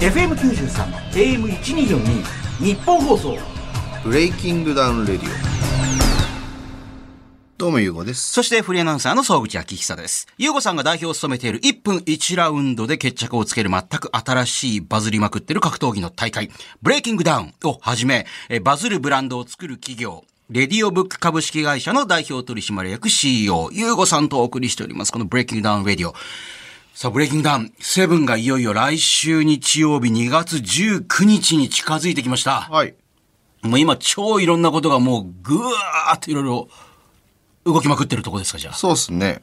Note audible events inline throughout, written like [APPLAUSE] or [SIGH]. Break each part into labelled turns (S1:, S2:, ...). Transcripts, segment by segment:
S1: FM93 AM1242 日本放送
S2: ブレイキングダウンレディオ。どうも、ゆうごです。
S3: そしてフリーアナウンサーの総口昭久です。ゆうごさんが代表を務めている1分1ラウンドで決着をつける全く新しいバズりまくってる格闘技の大会、ブレイキングダウンをはじめ、えーバズるブランドを作る企業、レディオブック株式会社の代表取締役 CEO、ゆうごさんとお送りしております、このブレイキングダウンレディオ。さあ、ブレイキングダウン、セブンがいよいよ来週日曜日2月19日に近づいてきました。
S2: はい。
S3: もう今超いろんなことがもうぐわーっていろいろ動きまくってるとこですか、じゃあ。
S2: そうですね。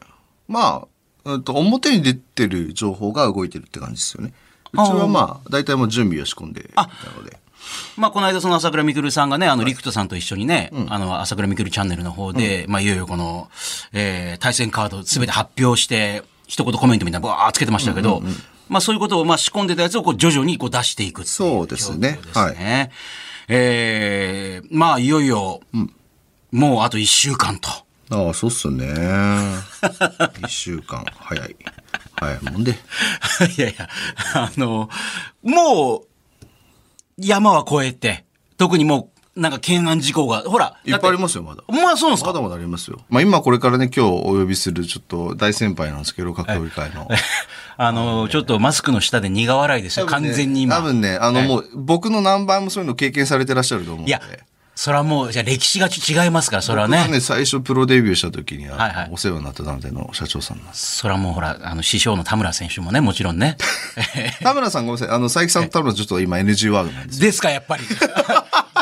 S2: まあ、うんと、表に出てる情報が動いてるって感じですよね。うちはまあ、大体もう準備を仕込んでいたので。
S3: まあ、この間、その朝倉未来さんがね、あの、陸斗さんと一緒にね、あの、朝倉未来チャンネルの方で、まあ、いよいよこの、えー対戦カードすべて発表して、一言コメントみたいなのバーつけてましたけど、まあ、そういうことを、まあ、仕込んでたやつを、こう、徐々にこう出していくっていう
S2: そうですね
S3: 状況ですねえーまあ、いよいよ、もうあと一週間と。 [LAUGHS]
S2: ああ、そうっすね。一週間、早い。早いもんで。
S3: いやいや、あの、もう、山は越えて、特にもう、なんか懸案事項が、ほら、
S2: いっぱいありますよ、まだ。
S3: まあ、そうなんですか
S2: まだまだありますよ。まあ今これからね、今日お呼びするちょっと大先輩なんですけど、格闘技界の。
S3: あの、ちょっとマスクの下で苦笑いでしたよ、
S2: 多分
S3: [LAUGHS] 完
S2: ね
S3: 全に今。
S2: 多分ね、あの
S3: はい
S2: もう僕の何倍もそういうの経験されてらっしゃると思うん
S3: い
S2: で。
S3: や、それはもう、じゃあ歴史がち違いますから、それは
S2: 僕は
S3: ね。
S2: ね、最初プロデビューした時に、あの
S3: はいはい
S2: お世話になった団体の社長さんなんです。
S3: [LAUGHS] それはもうほら、あの、師匠の田村選手もね、もちろんね。 [LAUGHS]
S2: 田村さんごめんなさい。あの、佐伯さんと田村さんちょっと今 NG ワードなんです。
S3: ですか、やっぱり。 [LAUGHS]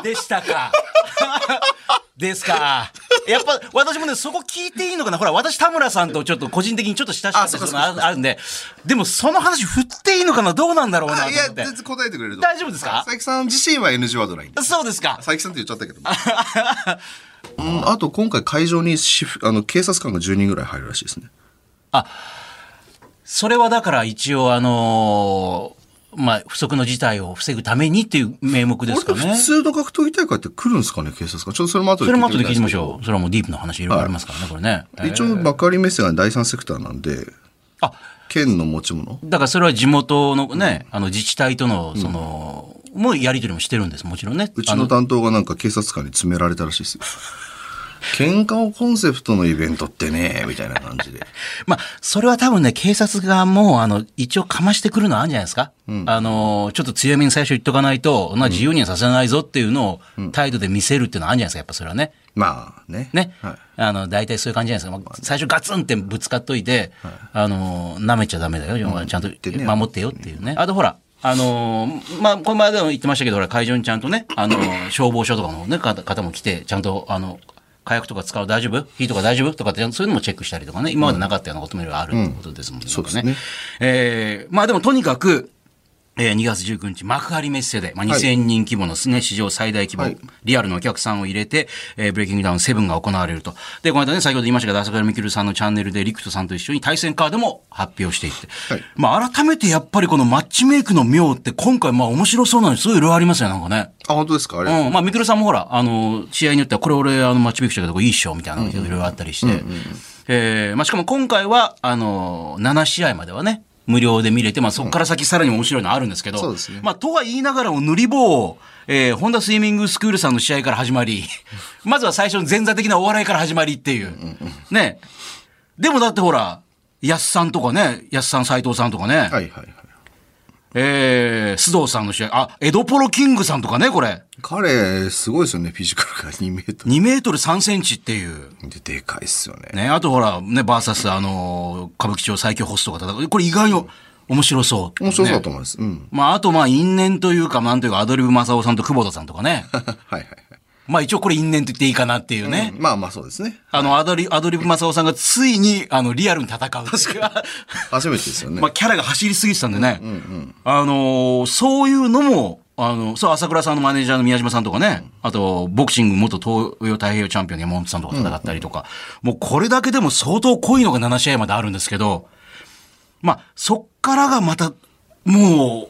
S3: でしたか。 [LAUGHS] ですか。やっぱ、私もね、そこ聞いていいのかなほら、私、田村さんとちょっと個人的にちょっと親しかったことがああるんで、でもその話振っていいのかなどうなんだろうなと
S2: あいや、
S3: 思って
S2: 全。然答えてくれると思う
S3: 大丈夫ですか
S2: 佐伯さん自身は NG ワードないんで。
S3: そうですか。
S2: 佐伯さんって言っちゃったけど。うん、あと今回会場にシフあの警察官が10人ぐらい入るらしいですね。
S3: それはだから一応あのーまあ、不測の事態を防ぐためにっていう名目ですか
S2: これ
S3: ね。
S2: 普
S3: そ
S2: 通の格闘技大会って来るんですかね、警察官。ちょっとそれも後で
S3: れも後
S2: み
S3: で
S2: た
S3: 聞いてみまし
S2: いん
S3: ょう。それはもうディープの話いろいろありますからね、これね。え
S2: ですけど。一応、幕張メッセが第三セクターなんで、
S3: あ、
S2: 県の持ち物。
S3: だからそれは地元のね、あの自治体との、その、もうやり取りもしてるんです、もちろんね。
S2: うちの担当がなんか警察官に詰められたらしいですよ。喧嘩をコンセプトのイベントってね、みたいな感じ
S3: [LAUGHS]
S2: で。
S3: まあ、それは多分ね、警察がもう、あの、一応かましてくるのはあるんじゃないですか、あの、ちょっと強めに最初言っとかないと、な自由にはさせないぞっていうのを、態度で見せるっていうのはあるんじゃないですかやっぱそれはね。
S2: まあね。
S3: ね。
S2: はい。
S3: あの、大体そういう感じじゃないですか。まあ最初ガツンってぶつかっといて、あの、舐めちゃダメだよ。ちゃんと
S2: てね
S3: 守ってよっていうね。あとほら、あのーまあ、この前でも言ってましたけど、ほら、会場にちゃんとね、あのー消防署とかのね、方方も来て、ちゃんと、あの、火薬とか使う大丈夫火とか大丈夫とかって、そういうのもチェックしたりとかね、今までなかったようなこともいろいろあるってことですもんね。
S2: そうですね
S3: なんかえーまあでもとにかく、えー2月19規日、幕張メッセで、まあ、
S2: はい
S3: 2000人規模のですね、史上最大規模、
S2: はい
S3: リアルのお客さんを入れて、えーブレイキングダウン7が行われると。で、この間ね、先ほど言いましたけど、朝倉未来さんのチャンネルで、リクトさんと一緒に対戦カードも発表していって。
S2: はい
S3: まあ、改めてやっぱりこのマッチメイクの妙って、今回まあ面白そうなのに、すごいいろいろありますよね、なんかね。
S2: あ、本当ですかあれ。
S3: うん、まあ、ミクルさんもほら、あの、試合によっては、これ俺、あの、マッチメイクしたけど、これいいっしょ、みたいなのがいろいろあったりして。えーまあ、しかも今回は、あの、7試合まではね、無料で見れて、まあ、そこから先さらに面白いのあるんですけど、
S2: そうですね
S3: まあ、とは言いながらも、塗り棒を、えー、ホンダスイミングスクールさんの試合から始まり、 [LAUGHS] まずは最初の前座的なお笑いから始まりっていう。ね。でもだってほら、安さんとかね、安さん、斎藤さんとかね、
S2: はいはいはい。
S3: えー須藤さんの試合、あ、エドポロキングさんとかね、これ。
S2: 彼、すごいですよね、フィジカルが2メート
S3: 2メートル3センチっていう。
S2: ル。で、でかいっすよね。
S3: ね、あとほら、ね、バーサス、あのー歌舞伎町最強ホストが戦う。これ意外に面白そう。
S2: 面白そうだ
S3: ね
S2: と思います。うん。 [LAUGHS]
S3: まあ、あとまあ、因縁というか、なんというか、アドリブ正夫さんと久保田さんとかね。 [LAUGHS]
S2: はいはいはい。
S3: まあ、一応これ因縁と言っていいかなっていうね。
S2: うんまあまあそうですね。
S3: あの、アドリ、アドリブ正夫さんがついに、あの、リアルに戦う。確か
S2: 初めてですよね。
S3: まあ、キャラが走りすぎてたんでね。あのーそういうのも、あの、そう、朝倉さんのマネージャーの宮島さんとかね、あと、ボクシング元東洋太平洋チャンピオンの山本さんとか戦ったりとか、もうこれだけでも相当濃いのが7試合まであるんですけど、まあ、そっからがまた、もう、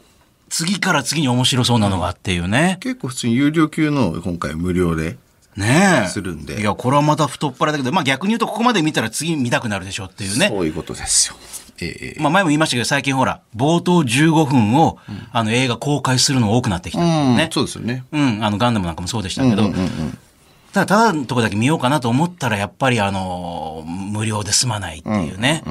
S3: 次から次に面白そうなのがっていうね。
S2: 結構普通に有料級の今回無料で
S3: ねえ。
S2: するんで
S3: いや、これはまた太っ腹だけど、まあ逆に言うとここまで見たら次見たくなるでしょうっていうね。
S2: そういうことですよ。ええええ
S3: まあ前も言いましたけど、最近ほら、冒頭15分を、あの映画公開するの多くなってきた
S2: うん
S3: ね。
S2: そうですよね。
S3: うん、あのガンダムなんかもそうでしたけど、ただただのとこだけ見ようかなと思ったら、やっぱりあの、無料で済まないっていうね。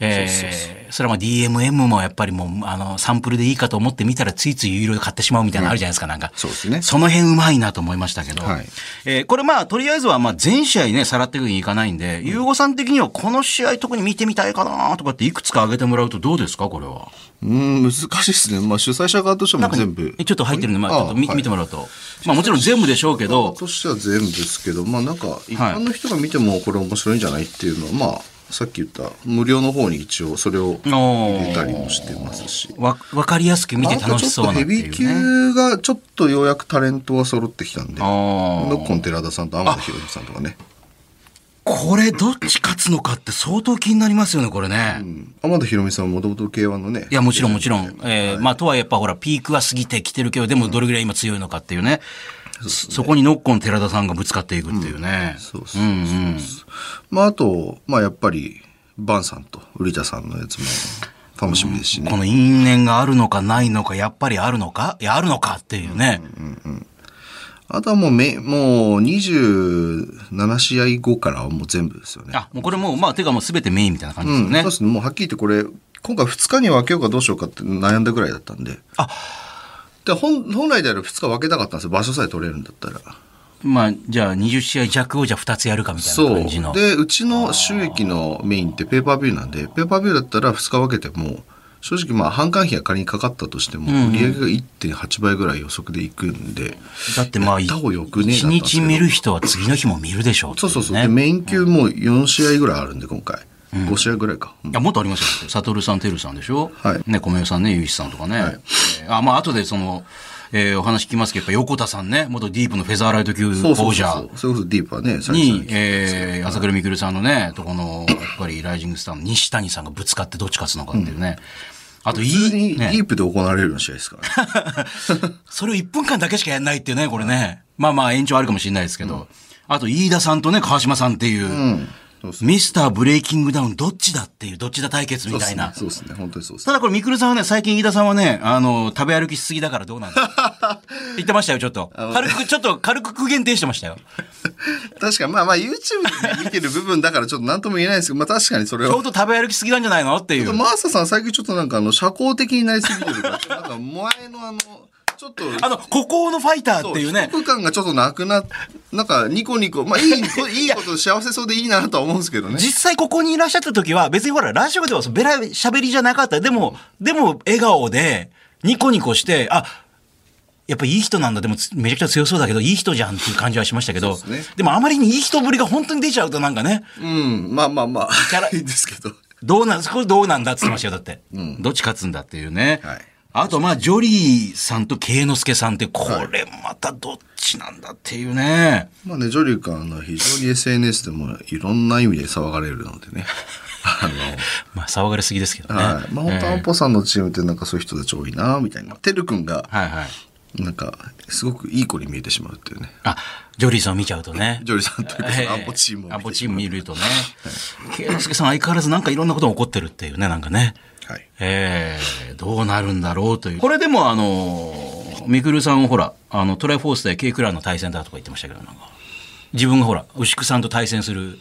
S3: えーそれはまあ DMM もやっぱりもう、あの、サンプルでいいかと思って見たら、ついつい有料で買ってしまうみたいなのあるじゃないですか、なんか。
S2: そうですね
S3: その辺うまいなと思いましたけど。
S2: はい
S3: えーこれまあ、とりあえずはまあ、全試合ね、さらっていくにいかないんで、ゆうごさん的にはこの試合特に見てみたいかなとかっていくつか挙げてもらうとどうですか、これは。
S2: うん、難しいですね。まあ主催者側としても
S3: 中に
S2: 全部。
S3: えちょっと入ってるんで、まあ、ちょっと見,、見ても
S2: らう。
S3: らうと。まあ、もちろん全部でしょうけど、
S2: としては全部ですけど、まあなんか、一般の人が見てもこれ面白いんじゃないっていうのは、まあ、さっき言った無料の方に一応それを入れたりもしてますし。
S3: わ、わかりやすく見て楽しそうなっ
S2: なんかちょ
S3: て
S2: っとヘビ
S3: い
S2: ー
S3: うね。
S2: 級がちょっとようやくタレントが揃ってきたんで、
S3: あー
S2: ノッコン寺田さんと天野博之さんとかね。
S3: これどっち勝つのかって相当気になりますよね、これね。
S2: うん天野博之さんはもともと K1 のね。
S3: いや、もちろんもちろん。えーまあ、とはやっぱほら、ピークは過ぎてきてるけど、でもどれぐらい今強いのかっていうね。そそこにノッコン寺田さんがぶつかっていくっていうね。
S2: そうそうそうそうまああと、まあやっぱり、バンさんとウリタさんのやつも楽しみですしね。
S3: この因縁があるのかないのか、やっぱりあるのかいや、あるのかっていうね。
S2: あとはもうめ、もう27試合後からはもう全部ですよね。
S3: あ、もうこれもう、まあ、てかもう全てメインみたいな感じ
S2: う
S3: ですよ
S2: ん、
S3: ね。
S2: そうですね。もうはっきり言ってこれ、今回2日に分けようかどうしようかって悩んだぐらいだったんで。
S3: あ
S2: で本本来であれば2日分けたかったんですよ。場所さえ取れるんだったら。
S3: まあ、じゃあ20試合弱をじゃあ2つやるかみたいな
S2: そう
S3: 感じの。
S2: でうちの収益のメインってペーパービューなんでペーパービューだったら2日分けても正直まあ販管費が仮にかかったとしても売り上げが1.8倍ぐらい予測でいくんで、
S3: だってまあ、
S2: やった方がよくねえな
S3: 一日見る人は次の日も見るでしょうって
S2: そう
S3: いね
S2: そうそうでメイン級も4試合ぐらいあるんで今回、5試合ぐらいか、
S3: いや、もっとありますよ。だって悟さん、てるさんでしょ
S2: はい
S3: ね、米代さんね、ゆうしさんとかね。
S2: はい
S3: えーあ、まあ、後でその、えーお話聞きますけど、やっぱ横田さんね、元ディープのフェザーライト級
S2: そうそうそ
S3: 王
S2: うそ
S3: 者
S2: うそれこそディープはね最初
S3: に、えー、朝倉未来さんのね、とこの、やっぱりライジングスターの西谷さんがぶつかってどっち勝つのかっていうね。あと、い
S2: 普通
S3: い、
S2: にデ
S3: ね
S2: ィ、ープで行われるような試合ですからね、
S3: [LAUGHS] それを1分間だけしかやんないっていうね、これね。まあまあ、延長あるかもしれないですけど。あと、飯田さんとね、川島さんっていう、
S2: そうそう
S3: ミスターブレイキングダウンどっちだっていう、どっちだ対決みたいな。
S2: そうですねそうですね本当にそうです
S3: ただこれ、みくるさんはね、最近飯田さんはね、あの、食べ歩きしすぎだからどうな
S2: [LAUGHS]
S3: んですか言ってましたよ、ちょっと。軽く、ちょっと軽く苦言定してましたよ。
S2: 確かにまあまあ YouTube で見てる部分だからちょっと何とも言えないですけど、まあ確か [LAUGHS] にそれ
S3: ち
S2: は
S3: ょうど食べ歩きしすぎなんじゃないのってい
S2: ちょ
S3: う
S2: っと。マーサさん最近ちょっとなんかあの社交的になりすぎてるから、ちょっとなんか前のあの、ちょっと、
S3: あの、孤高のファイターっていうね。
S2: 空間がちょっとなくな、なんかニコニコ、まあいい、いいこと幸せそうでいいなとは思うんですけどね。
S3: 実際ここにいらっしゃった時は、別にほら、ラジオではそうべら喋りじゃなかった。でも、でも、笑顔で、ニコニコして、あ、やっぱいい人なんだ。でもつ、めちゃくちゃ強そうだけど、いい人じゃんっていう感じはしましたけど、
S2: そうですね
S3: でもあまりにいい人ぶりが本当に出ちゃうとなんかね、
S2: うん、まあまあまあ、
S3: キャラ
S2: いいんですけど。
S3: どうなん、そこどうなんだって言って
S2: [LAUGHS]
S3: ましたよ、だって。どっち勝つんだっていうね。
S2: はい
S3: あと、まあ、ジョリーさんと慶之助さんって、これまたどっちなんだっていうね。
S2: まあね、ジョリー君あの非常に SNS でもいろんな意味で騒がれるのでね。あ
S3: まあ、騒がれすぎですけど
S2: の、
S3: ね。
S2: はい。まあ本当アンポさんのチームってなんかそういう人たち多いな、みたいな。てるくんが、
S3: はいはい。
S2: なんか、すごくいい子に見えてしまうっていうね。
S3: あ、ジョリーさんを見ちゃうとね。
S2: [LAUGHS] ジョリーさんというか、そのアンポチームを見
S3: え
S2: て
S3: えアンポチーム見るとね。慶之助さん相変わらずなんかいろんなことが起こってるっていうね、なんかね。
S2: はい。
S3: ええどうなるんだろうという。これでもあのー、みくるさんをほら、あの、トライフォースで K クラウンの対戦だとか言ってましたけど、なんか。自分がほら、牛久さんと対戦する。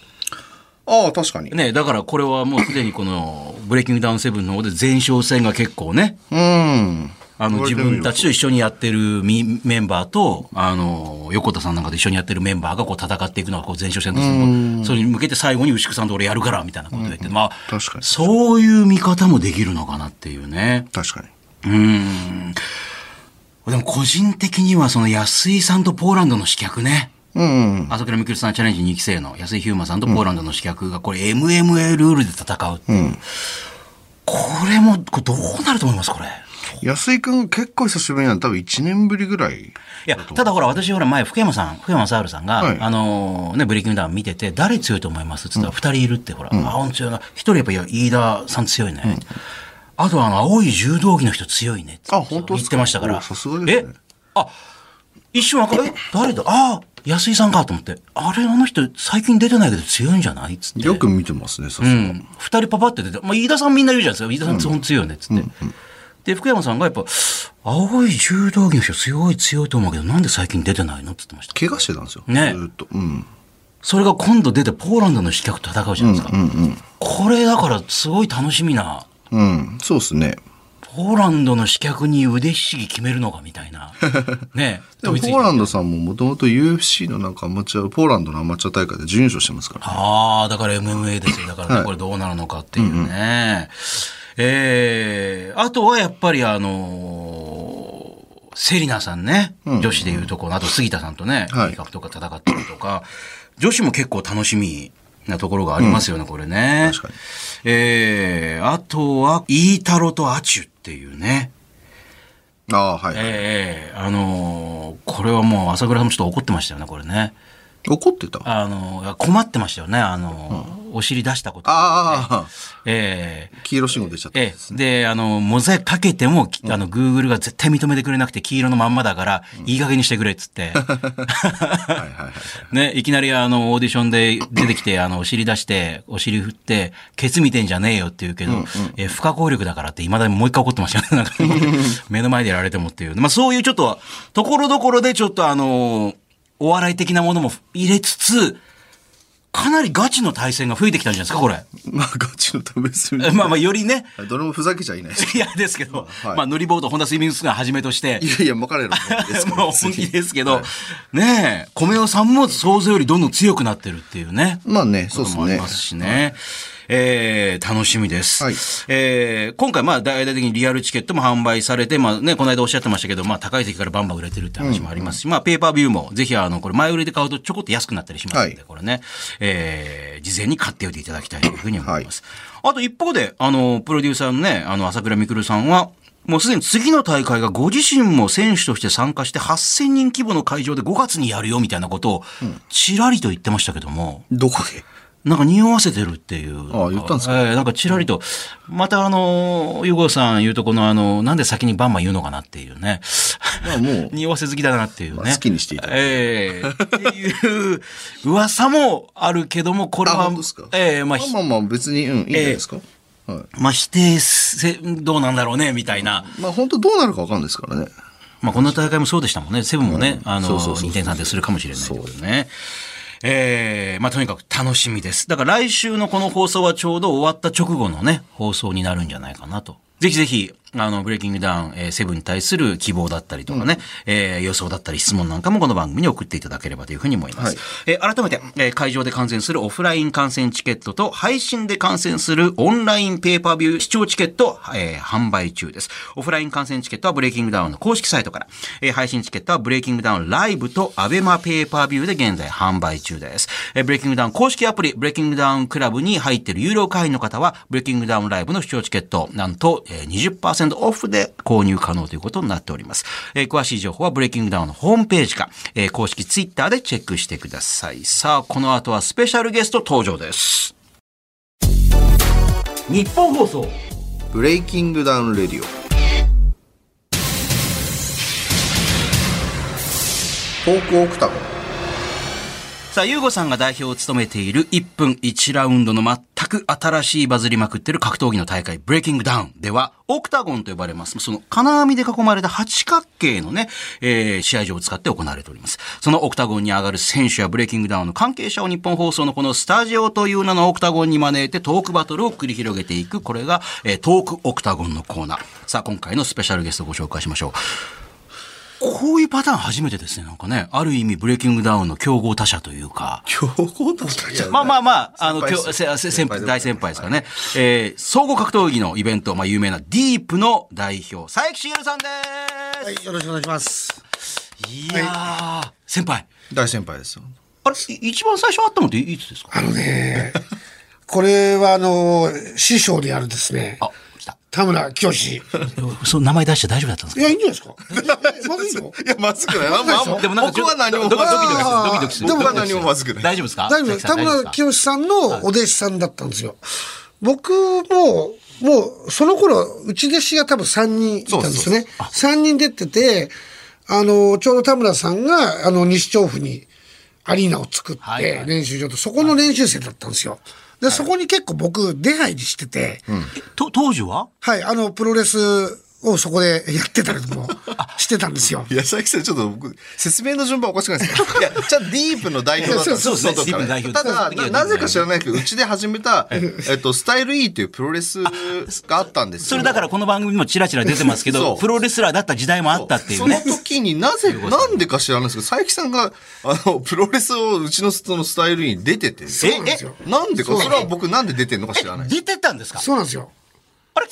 S2: ああ、確かに。
S3: ね、だからこれはもうすでにこの、 [LAUGHS] ブレイキングダウンセブンの方で前哨戦が結構ね、
S2: うん。
S3: あ
S2: 言
S3: の、
S2: われて
S3: 自
S2: みれば
S3: 分たちと一緒にやってるみメンバーと、あの、横田さんなんかと一緒にやってるメンバーがこう戦っていくのはこう前哨戦とすると、それに向けて最後に牛久さんと俺やるから、みたいなこと言って、まあ、
S2: 確かに
S3: そういう見方もできるのかなっていうね。
S2: 確かに。
S3: うーん。でも個人的にはその安井さんとポーランドの刺客ね。
S2: うん。
S3: 朝倉未来さんチャレンジ2期生の安井ヒューマンさんとポーランドの刺客がこれ MMA ルールで戦うっていう。これも、これどうなると思いますこれ。
S2: 安井くん結構久しぶりなんで多分1年ぶりぐらい。
S3: いや、ただほら、私ほら前、福山さん、福山雅治さんが、
S2: はい
S3: あのーね、ブレイキングダウン見てて、誰強いと思いますって言ったら、二人いるってほら、あ、ほんと強いな。一人やっぱ、いや、飯田さん強いね。あとは、あの、青い柔道着の人強いねって。
S2: あ本当っ
S3: 言っ
S2: す
S3: て
S2: か
S3: ましたから。
S2: おさすがですね
S3: えあ、一瞬わかる、え、誰だあ、安井さんかと思って、あれ、あの人、最近出てないけど強いんじゃないつって。
S2: よく見てますね、さすが。
S3: うん、2人パパって出て、まあ、飯田さんみんな言うじゃないですか飯田さん基本強いよねっつって、で福山さんがやっぱ「青い柔道着の人強い強いと思うけどなんで最近出てないの?」っつってました
S2: 怪我してたんですよ。
S3: ね
S2: ずーっと。うん。
S3: それが今度出てポーランドの刺客と戦うじゃないですか、これだからすごい楽しみな
S2: うん。そうですね。
S3: ポーランドの刺客に腕ひしぎ決めるのかみたい [LAUGHS] なね
S2: でもポーランドさんももともと UFC のなんかアマチュア、ポーランドのアマチュア大会で準優勝してますから。
S3: ああ、だから MMA ですよ。だからね、これどうなるのかっていうね。えーあとはやっぱりあのーセリナさんね、女子でいうところ、あと杉田さんとね、
S2: はい
S3: 比較とか戦ったりとか、女子も結構楽しみなところがありますよね、これね。
S2: 確かに
S3: えーあとは、イータロとアチュっていうね、
S2: ああ、はい、
S3: えーあのーこれはもう朝倉さんもちょっと怒ってましたよね、これね。
S2: 怒ってたあ
S3: あのー困ってましたよね、あのーお尻出したこと。
S2: あ、
S3: ええ
S2: 黄色信号出ちゃったん
S3: え
S2: です
S3: え、
S2: ね。
S3: で、あの、モザイクかけても、きあの、グーグルが絶対認めてくれなくて、黄色のまんまだから、いい加減にしてくれっ、つ [LAUGHS] っ
S2: は
S3: て。
S2: いはいはい。
S3: ね、いきなりあの、オーディションで出てきて、あの、お尻出して、お尻振って、ケツ見てんじゃねえよって言うけど、えー不可抗力だからって、未だにもう一回怒ってました [LAUGHS] よね。なんか目の前でやられてもっていう。まあ、そういうちょっと、ところどころでちょっとあのーお笑い的なものも入れつつ、かなりガチの対戦が増えてきたんじゃないですか、これ。
S2: まあ、ガチの食べ過ぎ
S3: え。まあまあ、よりね、
S2: どれもふざけちゃいないです。
S3: [LAUGHS] いやですけど、
S2: はい
S3: まあ、乗りボート、ホンダスイミングスクールはじめとして
S2: い、やいや、まかれるですから
S3: [LAUGHS] もう本気ですけど、ねえ、米尾さんも想像よりどんどん強くなってるっていうね。
S2: まあね、そう
S3: こともありま
S2: ですす
S3: し
S2: ね。
S3: ね。えー、楽しみです。
S2: はい
S3: えー今回、まあ、大々的にリアルチケットも販売されて、まあね、この間おっしゃってましたけど、まあ、高い席からバンバン売れてるって話もありますし、まあ、ペーパービューも、ぜひ、あの、これ、前売りで買うとちょこっと安くなったりしますので、
S2: はい
S3: これね、えー、事前に買っておいていただきたいというふうに思います。あと、一方で、あの、プロデューサーのね、あの、朝倉未来さんは、もうすでに次の大会がご自身も選手として参加して8000人規模の会場で5月にやるよみたいなことをちらりと言ってましたけども、
S2: どこで
S3: なんか匂わせてるっていう。
S2: ああ言ったんです
S3: か、ええなんかちらりと。またあのー、ゆうごさん言うとこのあの、なんで先にバンバン言うのかなっていうね。
S2: まあもう、
S3: 匂わせ好きだなっていうね。
S2: まあ好きにしていただい
S3: ええっていう噂もあるけども、これ
S2: あ、
S3: は
S2: 本当ですか、
S3: ええま
S2: ま
S3: あ、ひ
S2: あまあまあ別に、うん、いいんじゃないですか。は
S3: まあ否定せ、どうなんだろうね、みたいな。
S2: い。まあ本当どうなるかわかんないですからね。
S3: まあ、こんな大会もそうでしたもんね。セブンもね、
S2: うん
S3: あ
S2: そ
S3: の、
S2: うそうそう
S3: 2点3点するかもしれないということでね。ええまあ、とにかく楽しみです。だから来週のこの放送はちょうど終わった直後のね、放送になるんじゃないかなと。ぜひぜひ、あの、ブレイキングダウン、えーセブンに対する希望だったりとかね、えー予想だったり質問なんかもこの番組に送っていただければというふうに思います。
S2: はい
S3: えー改めて、えー会場で観戦するオフライン観戦チケットと配信で観戦するオンラインペーパービュー視聴チケット、えー販売中です。オフライン観戦チケットはブレイキングダウンの公式サイトから、えー配信チケットはブレイキングダウンライブとアベマペーパービューで現在販売中です。えーブレイキングダウン公式アプリ、ブレイキングダウンクラブに入っている有料会員の方は、ブレイキングダウンライブの視聴チケット、なんと、えー20%オフで購入可能ということになっております。えー詳しい情報はブレイキングダウンのホームページか、えー公式ツイッターでチェックしてください。さあ、この後はスペシャルゲスト登場です。
S1: 日本放送
S2: ブレイキングダウンレディオ。方向オクタゴン。
S3: さあ、ゆうごさんが代表を務めている1分1ラウンドの全く新しいバズりまくってる格闘技の大会、ブレイキングダウンでは、オクタゴンと呼ばれます。その金網で囲まれた八角形のね、えー試合場を使って行われております。そのオクタゴンに上がる選手やブレイキングダウンの関係者を日本放送のこのスタジオという名のオクタゴンに招いてトークバトルを繰り広げていく、これが、えートークオクタゴンのコーナー。さあ、今回のスペシャルゲストをご紹介しましょう。こういうパターン初めてですね、なんかね。ある意味、ブレイキングダウンの競合他社というか。
S2: 強豪だった
S3: まあまあまあ、あの、
S2: 先輩
S3: 今
S2: です
S3: 日、せせ先輩、大先輩ですからね。
S2: はい
S3: えー総合格闘技のイベント、まあ、有名なディープの代表、佐伯茂さんです、
S4: はい、よろしくお願いします。
S3: い、やー、先輩。
S2: 大先輩ですよ。
S3: あれ、い一番最初会ったのっていいつですか
S4: あの
S3: [LAUGHS]
S4: ね、 [LAUGHS] これはあの、師匠であるですね、
S3: あ、来た。
S4: 田村清志。い
S3: その名前出して大丈夫だったんです
S4: や、いいんじゃないで
S3: [LAUGHS]
S4: すか。まずいよ。
S2: いや、まずくない。
S4: まあまあ
S3: でもなんかち
S2: 僕
S3: ょ
S2: は何も、
S3: ドキドキするドキドキする
S2: 僕は何もまずく
S3: か
S2: ない。
S3: 大丈夫ですか
S4: 大丈夫です。田
S3: 佐伯さん大丈夫で
S4: 村
S3: すか
S4: 清志さんのお弟子さんだったんですよ。僕も、もう、その頃、うち弟子が多分3人いたんですね。3人出てて、あの、ちょうど田村さんが、あの、西調布に、アリーナを作っ
S3: はいは
S4: て
S3: い
S4: 練習場と、そこの練習生だったんですよ。で、そこに結構僕、出入りしてて、
S3: と、当時は
S4: はい、あの、プロレスをそこでやってたり
S3: [LAUGHS]
S4: もしてたんですよ。
S2: いや、佐伯さん、ちょっと僕、説明の順番おかしくないですか [LAUGHS] いや、じゃあディープの代表だったん
S3: そうそうそう
S2: 外から
S3: ディープの
S2: た
S3: 代表
S2: だ、
S3: そうそう
S2: ななぜか知らないけど、うちで始めた、えっと、スタイル E というプロレスがあったんですよ。
S3: それだからこの番組にもチラチラ出てますけ
S2: そ
S3: ど、
S2: う
S3: プロレスラーだった時代もあったっていうね
S2: そ。の時になぜ、なんでか知らないですけど、佐伯さんが、あの、プロレスをうちのそのスタイル E に出てて。
S4: そうなんですよ
S2: ええなんでか、それは僕なんで出てんのか知らないです。
S3: 出てたんですか
S4: そうなんですよ。
S3: あれ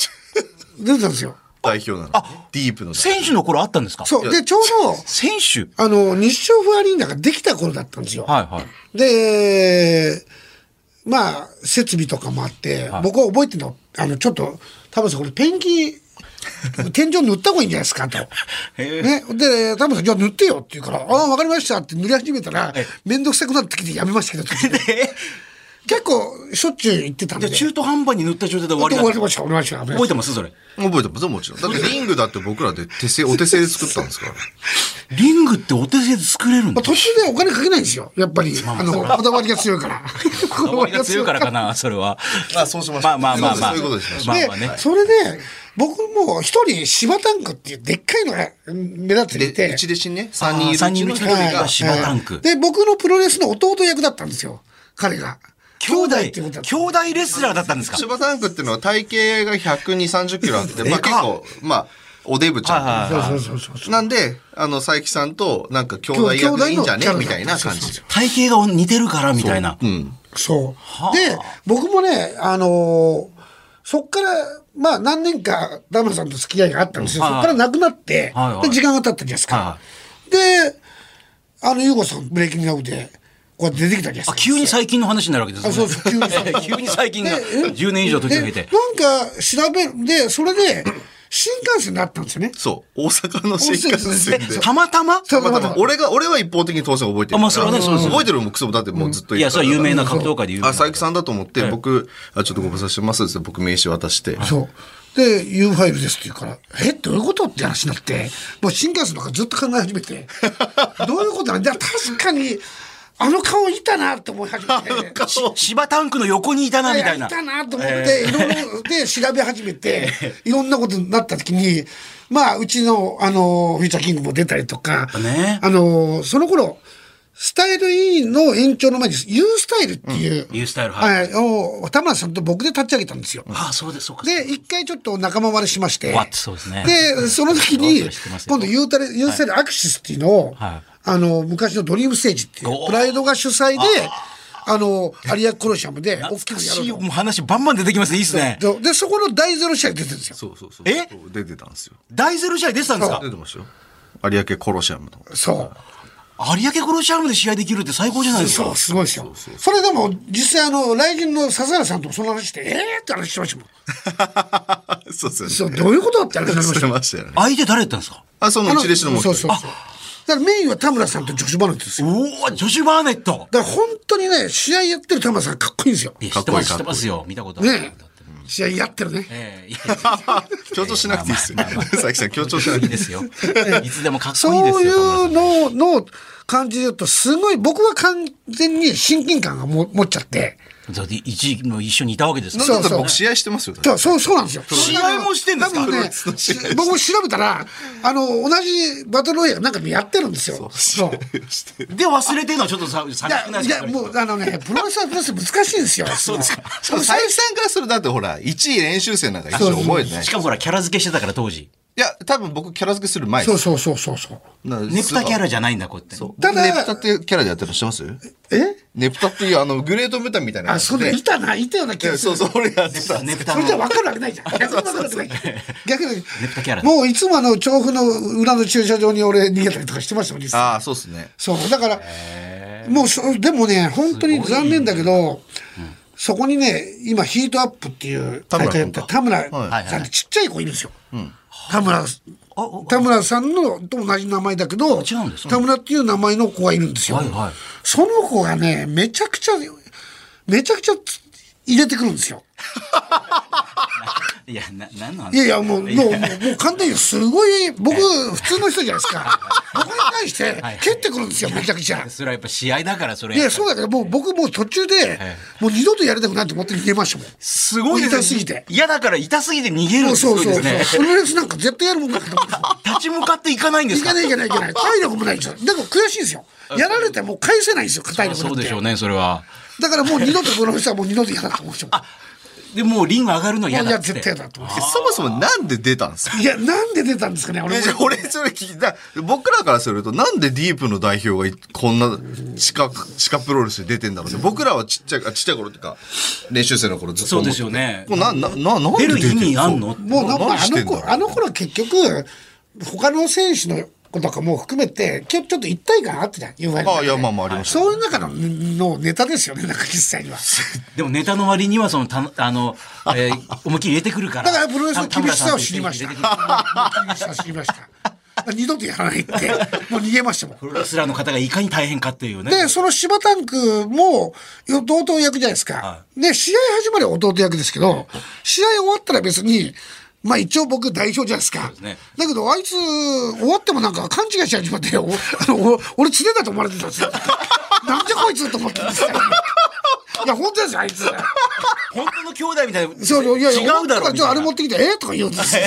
S4: 出てたんですよ。
S2: 代表なのに。ディープの代表。
S3: 選手の頃あったんですか
S4: そう。で、ちょう
S3: 選手
S4: ど、あの、日照風アリーナができた頃だったんですよ。
S3: はいはい。
S4: で、まあ、設備とかもあって、僕は覚えてるの、あの、ちょっと、多分これペ
S3: [LAUGHS]
S4: ンキ、天井塗った方がいいんじゃないですかと。
S3: へえ
S4: ね。で、田村さん、じゃあ塗ってよって言うから、ああ、わかりましたって塗り始めたら、めんどくさくなってきてやめましたけど、
S3: [LAUGHS]
S4: 途中で結構、しょっちゅう行ってたん
S3: じ
S4: で。
S3: ゃあ中途半端に塗った状態で終わりだ
S4: 終
S3: っ
S4: わ
S3: た
S4: りました、終わりました。終わりま
S3: 覚え
S4: して
S3: ますそれ。
S2: 覚えてますもちろん。だってリングだって僕らで手製、お手製で作ったんですから。
S3: リングってお手製で作れるん
S4: たま
S3: だ
S4: あ、。途中でお金かけないんですよ。やっぱり、あの、こだわりが強い
S3: [LAUGHS]
S4: から。こ
S3: 名前が強いからか
S4: [LAUGHS]
S3: な、それは。
S2: まあ、そうしまし
S3: まあ
S2: た。
S3: まあまあまあ。
S2: そういうことですね。
S3: まあ
S4: で、
S3: まあね。
S4: それで、僕も一人、芝タンクっていうでっかいのがうん目立っていて。
S2: で、うち弟子ね、3人いるう
S3: 三
S2: ち
S3: 人
S2: の1
S3: の一
S2: 人
S3: 人
S4: はい
S3: が
S2: が、
S3: 島タンク。
S4: で、僕のプロレスの弟役だったんですよ。彼が。
S3: 兄弟
S4: ってことだった
S3: 兄弟レスラーだったんですか
S2: 芝タンクっていうのは体型が100、230キロあって、まあ
S3: で
S2: 結
S3: かっ
S2: 構、まあ、おデブちゃんというか
S4: そうそうそうそう。
S2: なんで、あの、佐伯さんと、なんか兄弟役でいいんじゃね
S4: 兄弟の
S2: みたいな感じで。
S3: 体型が似てるからみたいな。
S4: そう。で、僕もね、あのーそっから、まあ何年か、ダムさんと付き合いがあったんですよ。
S3: はい
S4: そっからなくなって、
S3: はいはい
S4: で時間が経ったじゃないですか。
S3: は
S4: で、あの、ゆうごさん、ブレイキングダウンで、こうやって出てきたじゃないです
S3: あ
S4: か。
S3: 急に最近の話になるわけですね。
S4: あそうそう急に
S3: [LAUGHS] 急に最近が
S4: でえ
S3: 10年以上時を経て
S4: で。なんか調べる、で、それで、新幹線になったんですよね。
S2: そう。大阪の新幹線で
S3: え。たまたま
S4: たま
S2: まあで
S4: たま
S2: も。俺が、俺は一方的に当然覚えてるから。
S3: あまあそれはねそうですよね
S2: 覚えてるもんクソもだってもうずっと
S3: いや、それは有名な
S2: 格
S3: 格闘家で有名
S2: あ、
S3: な。
S2: 佐伯さんだと思って、僕、あちょっとご無沙汰してますって、僕名刺渡して。
S4: そう。で、U5 ですって言うから、え、どういうことって話になって、もう新幹線とかずっと考え始めて、 [LAUGHS] どういうことなんだ確かに、あの顔いたなって思い始めて。
S3: 芝タンクの横にいたなみたいな。
S4: いたなと思って、いろいろで調べ始めて、いろんなことになった時に、まあ、うちの、あの、フューチャーキングも出たりとか、
S3: ね
S4: あの、その頃、スタイル E の延長の前に、U スタイルっていう、
S3: U スタイルはい
S4: はい、を田村さんと僕で立ち上げたんですよ。
S3: ああ、そうです、そうか。
S4: で、一回ちょっと仲間割れしまして。
S3: わってそうですね
S4: でその時
S3: わ
S4: に
S3: ってしてます、よ
S4: 今度ユータレ、ユースタイルアクシスっていうのを、
S3: はい
S4: あの、昔のドリームステージってい
S3: おー
S4: う、プライドが主催で、あの、有明コロシアムで、大
S3: 懐
S4: きく
S3: か
S4: や
S3: しい
S4: ろう
S3: もう話バンバン出てきますね。いいっすね。
S4: と。で、そこの第ゼロ試合出てるんですよ。
S2: そうそうそう。
S3: え
S2: 出てたんですよ。
S3: 大ゼロ試合出てたんですか
S2: 出てましたよ。有明コロシアムの。
S4: そう。
S3: 有明コロシアムで試合できるって最高じゃないです
S4: そ
S3: か
S4: う、。すごいですよ。それでも、実際あの、来人の笹原さんともその話して、えーって話してましたもん。
S2: [LAUGHS] そうです
S4: そ
S2: よ
S4: う、
S2: ね。
S4: どういうことだって話してました
S2: されましたよね。
S3: 相手誰だったんですか
S2: あ、そのうち弟子のもう
S4: そう
S2: 一
S4: そ
S2: 人
S4: うそう。だからメインは田村さんと女子バナですよ。
S3: おお、ジョシュ・バーネット。
S4: だから本当にね、試合やってる田村さんかっこいいんですよ。
S3: いや、知
S2: か
S3: っ
S2: ってこ
S3: ま
S2: いい
S3: す、知ってますよ。見たことある。
S4: ね試合やってるね。
S3: ええいや
S2: [LAUGHS] 強調しなくていいですよ。佐伯さん、強調しないくてい
S3: い
S2: いで
S3: で
S2: す。
S3: す [LAUGHS]
S4: [LAUGHS]
S3: よ。いつでもかっこいいで
S4: そ
S3: す
S4: うい
S3: よ。
S4: うのの感じで言うと、すごい、僕は完全に親近感がも持っちゃって。
S3: だって一時も一緒にいたわけですか
S2: な
S3: ら
S2: んだったら僕試合してますよ。
S4: そう、そう、そうなんですよ。
S3: 試合もしてんですか
S4: 多分ね
S2: プロレスの試合です
S4: 僕も調べたら、あの、同じバトルロイヤルなんかやってるんですよ。そう。
S3: で、忘れてるのはちょっとさ寂
S4: い
S3: しくな
S4: や、
S3: い
S4: い
S3: です
S4: や
S3: か
S4: もう、あのね、プロレスはプロレス難しいん
S3: [LAUGHS]
S4: ですよ。そうですか。
S2: しかも佐伯さんからするとだってほら、1位練習生なんか一生覚えてない
S3: し。かもほら、キャラ付けしてたから当時。
S2: いや、多分僕キャラ付けする前
S4: そ
S2: で
S4: う
S2: す。
S4: そうそうそうそう。
S2: ネ
S3: ネプタキャラじゃないんだ、こうやって。
S4: た
S2: た
S4: だ
S2: だ、ネプタってキャラでやってらっしゃいます
S4: え
S2: ネプタっていう、あの、グレートムタみたいなや
S4: あ、
S2: つ
S4: そうだ、いたな、いたような気
S2: いや
S4: がする
S2: そう。そう、俺やってた。
S3: ネプタ
S4: そ
S3: の
S4: れじゃ分かるわけない
S3: [LAUGHS]
S4: じゃん。逆に分かるわけないじゃん。逆に
S3: プタキャラ。だ
S4: もういつもあの調布の裏の駐車場に俺逃げたりとかしてましたもん、実際。
S2: ああ、そうですね。
S4: そう。だから、もうそ、でもね、本当に残念だけど、そこにね、今ヒートアップっていう大会やった田村さんってちっちゃい子いるんですよ。田村、
S3: お
S4: 田村さんのと同じ名前だけど、
S3: 違うんです
S4: 田村っていう名前の子がいるんですよ。
S3: はいはい
S4: その子がね、めちゃくちゃ、めちゃくちゃつ入れてくるんですよ。
S3: いや、な、なんの話
S4: いやいや、もう、もう、もう簡単に、すごい、僕、普通の人じゃないですか。 [LAUGHS] 僕に対して、蹴ってくるんですよ、めちゃくちゃ。
S3: それはやっぱ試合だから、それ。
S4: いや、そうだけど、もう僕もう途中で、もう二度とやりたくないと思って逃げましたもん。
S3: すごいですね
S4: 痛すぎて
S3: 嫌だから痛すぎて逃げるって
S4: そう
S3: すご
S4: そう
S3: い
S4: そ
S3: で
S4: う
S3: す
S4: そう。
S3: ね。
S4: プロレスなんか絶対やるもんだと思ってた。
S3: [LAUGHS] 立ち向かっていかないんで
S4: い
S3: すか
S4: かないいかないいかない。体力もないんですよ。だから悔しいんですよ。やられてもう返せないんですよ、体力
S3: そ
S4: なん
S3: うでしょう
S4: て。
S3: ね、それは。
S4: だからもう二度とプロレスはもう二度とやだと思うでしょ。も
S3: でもうリング上がるの
S4: う
S3: 嫌
S4: い
S3: だ
S4: や、
S3: っつって
S4: 絶。対やだと思う。
S2: そもそもなんで出たんですか
S4: いや、なんで出たんですかね、俺も。
S2: 俺それ聞きだ僕らからするとなんでディープの代表がいこんな地下地下プロレスに出てんだろうね僕らはちっちゃいあちっちゃい頃っていうか練習生の頃ずっと思って
S3: そうですよね
S2: もうななななん
S3: 出
S2: で
S3: る
S2: 出て
S3: 意
S2: ん
S3: 味あんの
S4: もうなんか
S2: 何
S4: あ
S2: して
S4: の
S2: んだろう
S4: 頃あの頃結局他の選手の子とかも含めて結構ちょっと一体感あってたよ言われ
S2: あいやまあまあありました
S4: そういう中ののネタですよねなんか実際には
S3: でもネタの割にはそのたあの、えー、
S4: [LAUGHS]
S3: 思いっきり入れてくるから。
S4: だからプロレスの厳しさを知りました
S3: 田村さんと
S4: 厳しさを知りました二度とやらないってもう逃げましたもん
S3: プロレスラーの方がいかに大変かっていうね。
S4: で、その芝タンクも弟役じゃないですか。で、試合始まりは弟役ですけど、試合終わったら別に、まあ一応僕代表じゃないですか。
S3: ですね
S4: だけどあいつ終わってもなんか勘違いし始まって、お [LAUGHS] あのお俺常だと思われてたんですよ。 [LAUGHS] なんでこいつと思ってた
S3: [LAUGHS]
S4: んですよ。いや、本当ですよ、あいつ。
S3: 本当の兄弟みたいな。
S4: そうそう、いやいや、
S3: 違うだろみたい
S4: お前
S3: な。
S4: じゃああれ持ってきて、えとか言うんです
S3: [LAUGHS]
S4: よ。